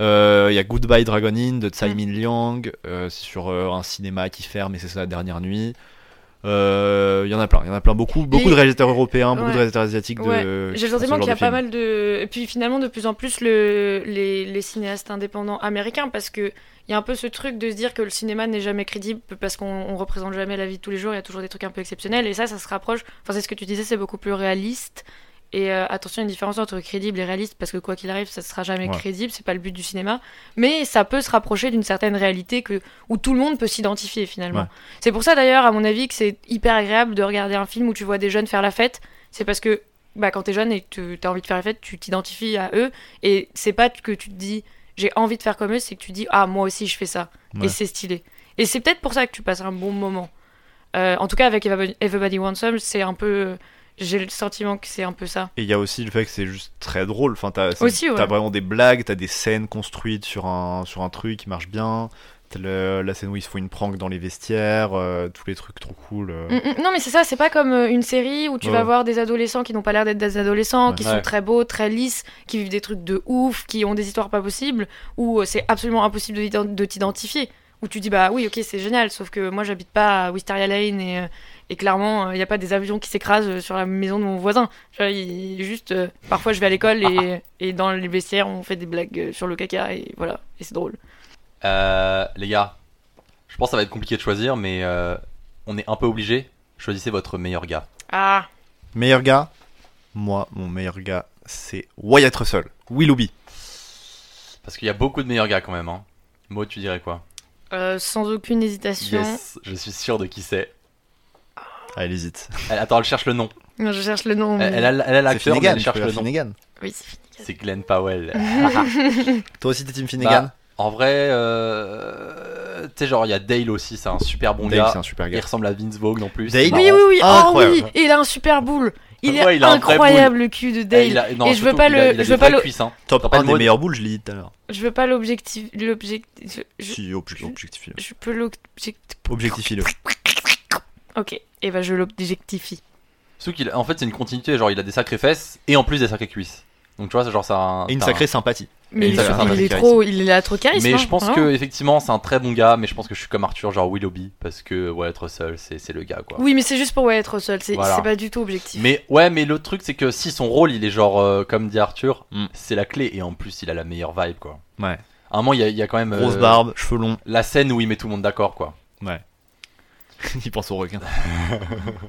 [SPEAKER 2] Euh, Il y a Goodbye Dragon Inn de Tsai
[SPEAKER 1] Mm.
[SPEAKER 2] Min Liang euh, sur euh, un cinéma qui ferme et c'est sa dernière nuit. Euh, Il y en a plein, il y en a plein. Beaucoup, beaucoup
[SPEAKER 1] Et-
[SPEAKER 2] de réalisateurs européens, beaucoup
[SPEAKER 1] Ouais.
[SPEAKER 2] de réalisateurs asiatiques.
[SPEAKER 1] Ouais.
[SPEAKER 2] De...
[SPEAKER 1] J'ai le
[SPEAKER 2] font euh, ce
[SPEAKER 1] sentiment
[SPEAKER 2] genre
[SPEAKER 1] qu'il y a
[SPEAKER 2] de
[SPEAKER 1] pas
[SPEAKER 2] films.
[SPEAKER 1] mal de. Et puis finalement, de plus en plus, le... les... les cinéastes indépendants américains, parce que il y a un peu ce truc de se dire que le cinéma n'est jamais crédible parce qu'on on représente jamais la vie de tous les jours, il y a toujours des trucs un peu exceptionnels, et ça, ça se rapproche. Enfin, c'est ce que tu disais, c'est beaucoup plus réaliste. Et euh, attention, il y a une différence entre crédible et réaliste, parce que quoi qu'il arrive, ça ne sera jamais
[SPEAKER 2] Ouais.
[SPEAKER 1] crédible, c'est pas le but du cinéma. Mais ça peut se rapprocher d'une certaine réalité que, où tout le monde peut s'identifier finalement.
[SPEAKER 2] Ouais.
[SPEAKER 1] C'est pour ça d'ailleurs, à mon avis, que c'est hyper agréable de regarder un film où tu vois des jeunes faire la fête. C'est parce que bah, quand t'es jeune et que tu- t'as envie de faire la fête, tu t'identifies à eux. Et c'est pas que tu te dis j'ai envie de faire comme eux, c'est que tu dis ah, moi aussi je fais ça.
[SPEAKER 2] Ouais.
[SPEAKER 1] Et c'est stylé. Et c'est peut-être pour ça que tu passes un bon moment. Euh, en tout cas, avec Eva- Everybody Wants Some, c'est un peu. J'ai le sentiment que c'est un peu ça.
[SPEAKER 2] Et il y a aussi le fait que c'est juste très drôle. Enfin, t'as c'est-
[SPEAKER 1] Aussi, ouais.
[SPEAKER 2] t'as vraiment des blagues, t'as des scènes construites sur un, sur un truc qui marche bien. T'as le- la scène où ils se font une prank dans les vestiaires, euh, tous les trucs trop cool. euh.
[SPEAKER 1] Mm, mm. Non, mais c'est ça, c'est pas comme euh, une série où tu
[SPEAKER 2] Ouais.
[SPEAKER 1] vas voir des adolescents qui n'ont pas l'air d'être des adolescents,
[SPEAKER 2] Ouais.
[SPEAKER 1] qui
[SPEAKER 3] Ouais.
[SPEAKER 1] sont très beaux, très lisses, qui vivent des trucs de ouf, qui ont des histoires pas possibles, où euh, c'est absolument impossible de t'ident- de t'identifier. Où tu dis, bah oui, ok, c'est génial, sauf que moi j'habite pas à Wisteria Lane et, euh, et clairement, il n'y a pas des avions qui s'écrasent euh, sur la maison de mon voisin. Tu vois, il- il- juste, euh, parfois je vais à l'école
[SPEAKER 3] (laughs)
[SPEAKER 1] et, et dans les vestiaires, on fait des blagues euh, sur le caca et voilà, et c'est drôle.
[SPEAKER 3] Euh, les gars, je pense que ça va être compliqué de choisir, mais euh, on est un peu obligé Choisissez votre meilleur gars.
[SPEAKER 1] Ah,
[SPEAKER 2] Meilleur gars Moi, mon meilleur gars, c'est Wyatt Russell. Willoughby.
[SPEAKER 3] Parce qu'il y a beaucoup de meilleurs gars quand même. Hein. Mo, tu dirais quoi
[SPEAKER 1] euh, sans aucune hésitation.
[SPEAKER 3] Yes, je suis sûr de qui c'est.
[SPEAKER 2] Ah, elle hésite.
[SPEAKER 3] Elle- Attends, elle cherche le nom.
[SPEAKER 1] Non, je cherche le nom.
[SPEAKER 3] Elle
[SPEAKER 1] mais-
[SPEAKER 3] elle a elle a
[SPEAKER 2] C'est
[SPEAKER 3] l'acteur, mais
[SPEAKER 2] Finnegan,
[SPEAKER 3] elle
[SPEAKER 2] je
[SPEAKER 3] cherche
[SPEAKER 2] préfère
[SPEAKER 3] le nom.
[SPEAKER 2] Finnegan.
[SPEAKER 1] Oui, c'est fini.
[SPEAKER 3] C'est Glenn
[SPEAKER 1] Mhm.
[SPEAKER 3] Powell.
[SPEAKER 2] Toi aussi, t'es Team Finnegan
[SPEAKER 3] Bah, en vrai, euh, tu sais, genre, il y a Dale aussi, c'est un super bon
[SPEAKER 2] Dave,
[SPEAKER 3] gars.
[SPEAKER 2] c'est un super
[SPEAKER 3] Il
[SPEAKER 2] gars.
[SPEAKER 3] ressemble à Vince Vaughn en plus.
[SPEAKER 2] Dale
[SPEAKER 3] C'est
[SPEAKER 1] Oui,
[SPEAKER 3] marrant.
[SPEAKER 1] oui, oui. Oh oui,
[SPEAKER 2] Incroyable.
[SPEAKER 1] et il a un super boule. Il est
[SPEAKER 3] Ouais, il a un vrai
[SPEAKER 1] incroyable le cul de
[SPEAKER 3] Eh,
[SPEAKER 1] Dale.
[SPEAKER 3] il a- non,
[SPEAKER 1] et je veux
[SPEAKER 3] surtout,
[SPEAKER 1] pas
[SPEAKER 3] il
[SPEAKER 1] le-
[SPEAKER 3] a- il a
[SPEAKER 1] je
[SPEAKER 3] des
[SPEAKER 1] veux pas
[SPEAKER 3] vrais
[SPEAKER 1] le-
[SPEAKER 3] cuisses, hein. T'en
[SPEAKER 2] Top
[SPEAKER 3] parles
[SPEAKER 2] 1 des
[SPEAKER 3] mode.
[SPEAKER 2] meilleurs boules, je l'ai dit tout à l'heure.
[SPEAKER 1] Je veux pas l'objectif. L'objectif. Je,
[SPEAKER 2] Si, obje- objectifie-le.
[SPEAKER 1] je peux l'objectif.
[SPEAKER 2] Objectifie-le.
[SPEAKER 1] Ok, et eh ben je l'objectifie.
[SPEAKER 3] Surtout qu'il, en fait, c'est une continuité. Genre, il a des sacrées fesses et en plus des sacrées cuisses. Donc, tu vois, c'est genre, ça.
[SPEAKER 2] Et une sacrée sympathie.
[SPEAKER 1] Mais
[SPEAKER 3] Et
[SPEAKER 1] il,
[SPEAKER 3] ça
[SPEAKER 1] est-
[SPEAKER 3] fait un
[SPEAKER 1] il
[SPEAKER 3] vrai
[SPEAKER 1] est
[SPEAKER 2] charisme.
[SPEAKER 1] trop, il a trop de charisme.
[SPEAKER 3] Mais
[SPEAKER 1] hein,
[SPEAKER 3] je pense
[SPEAKER 1] vraiment.
[SPEAKER 3] que effectivement c'est un très bon gars, mais je pense que je suis comme Arthur, genre Willoughby, parce que Wyatt Russell c'est c'est le gars quoi.
[SPEAKER 1] Oui, mais c'est juste pour ouais, être seul. C'est
[SPEAKER 3] Voilà.
[SPEAKER 1] c'est pas du tout objectif.
[SPEAKER 3] Mais ouais, mais le truc c'est que si son rôle il est genre euh, comme dit Arthur,
[SPEAKER 2] Mm.
[SPEAKER 3] c'est la clé et en plus il a la meilleure vibe quoi.
[SPEAKER 2] Ouais.
[SPEAKER 3] À un moment il y a, il y a quand même euh,
[SPEAKER 2] Grosse barbe, cheveux longs. (laughs)
[SPEAKER 3] la scène où il met tout le monde d'accord quoi.
[SPEAKER 2] Il pense au requin.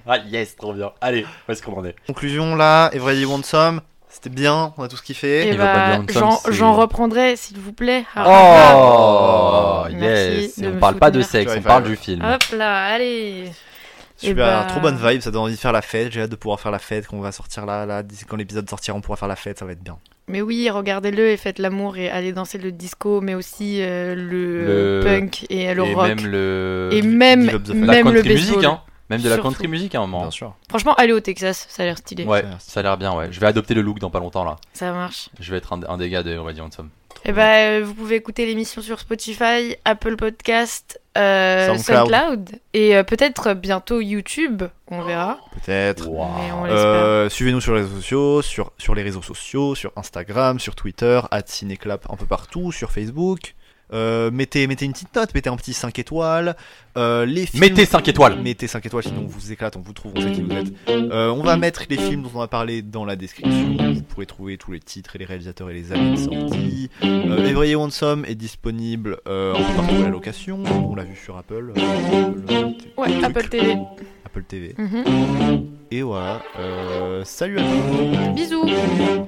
[SPEAKER 3] Ah yes, trop bien. Allez, où est-ce qu'on en est
[SPEAKER 2] Conclusion là, Everybody Wants Some. C'était bien, on a tout
[SPEAKER 1] Eh
[SPEAKER 2] kiffé.
[SPEAKER 3] Et
[SPEAKER 1] bah,
[SPEAKER 3] Robert Johnson,
[SPEAKER 1] j'en
[SPEAKER 3] c'est-
[SPEAKER 1] j'en reprendrai, s'il vous plaît. Ah,
[SPEAKER 3] Oh
[SPEAKER 1] Merci
[SPEAKER 3] yes,
[SPEAKER 1] de
[SPEAKER 3] on
[SPEAKER 1] me Ah,
[SPEAKER 3] parle
[SPEAKER 1] foutre
[SPEAKER 3] pas
[SPEAKER 1] de
[SPEAKER 3] de
[SPEAKER 1] merde.
[SPEAKER 3] sexe, on
[SPEAKER 2] Joyful.
[SPEAKER 3] parle du film.
[SPEAKER 1] Hop là, allez.
[SPEAKER 2] Super,
[SPEAKER 1] bah-
[SPEAKER 2] trop bonne vibe, ça donne envie de faire la fête. J'ai hâte de pouvoir faire la fête. Quand on va sortir là, là, d'ici- quand l'épisode sortira, on pourra faire la fête, ça va être bien.
[SPEAKER 1] Mais oui, regardez-le et faites l'amour et allez danser le disco, mais aussi euh, le,
[SPEAKER 3] Le-
[SPEAKER 1] punk et le
[SPEAKER 3] et
[SPEAKER 1] rock.
[SPEAKER 3] même le
[SPEAKER 1] et même,
[SPEAKER 2] Give up the fuck.
[SPEAKER 3] la
[SPEAKER 1] même le
[SPEAKER 3] country
[SPEAKER 1] baseball.
[SPEAKER 3] music hein. Même de la
[SPEAKER 1] Surtout.
[SPEAKER 3] country music à un moment.
[SPEAKER 2] Bien sûr.
[SPEAKER 1] Franchement, allez au Texas, ça a l'air stylé.
[SPEAKER 3] Ouais,
[SPEAKER 2] Ça a l'air-
[SPEAKER 3] ça a l'air bien ouais. Je vais adopter le look dans pas longtemps là.
[SPEAKER 1] Ça marche.
[SPEAKER 3] Je vais être un, un des gars de On va dire Handsome.
[SPEAKER 1] Et ben, vous pouvez écouter l'émission sur Spotify, Apple Podcast, euh,
[SPEAKER 2] SoundCloud.
[SPEAKER 1] SoundCloud. et euh, peut-être bientôt YouTube, on verra.
[SPEAKER 2] Peut-être.
[SPEAKER 3] Ah.
[SPEAKER 1] Mais on l'espère.
[SPEAKER 2] Euh, Suivez-nous sur les réseaux sociaux, sur, sur les réseaux sociaux, sur Instagram, sur Twitter, at Cinéclap un peu partout, sur Facebook. Euh, mettez, mettez une petite note, mettez un petit 5 étoiles. Euh, les films-
[SPEAKER 3] Mettez 5 étoiles.
[SPEAKER 2] Mettez 5 étoiles, sinon on vous éclate, on vous trouve, on sait qui vous êtes. Euh, on va mettre les films dont on a parlé dans la description. Vous pourrez trouver tous les titres et les réalisateurs et les années de sortie. Euh, Every One Somme est disponible euh, un peu partout à la location. On l'a vu sur Apple. euh, Apple,
[SPEAKER 1] Ouais,
[SPEAKER 2] truc,
[SPEAKER 1] Apple TV.
[SPEAKER 2] Apple TV.
[SPEAKER 1] Mhm.
[SPEAKER 2] Et voilà. euh, salut à tous.
[SPEAKER 1] Bisous.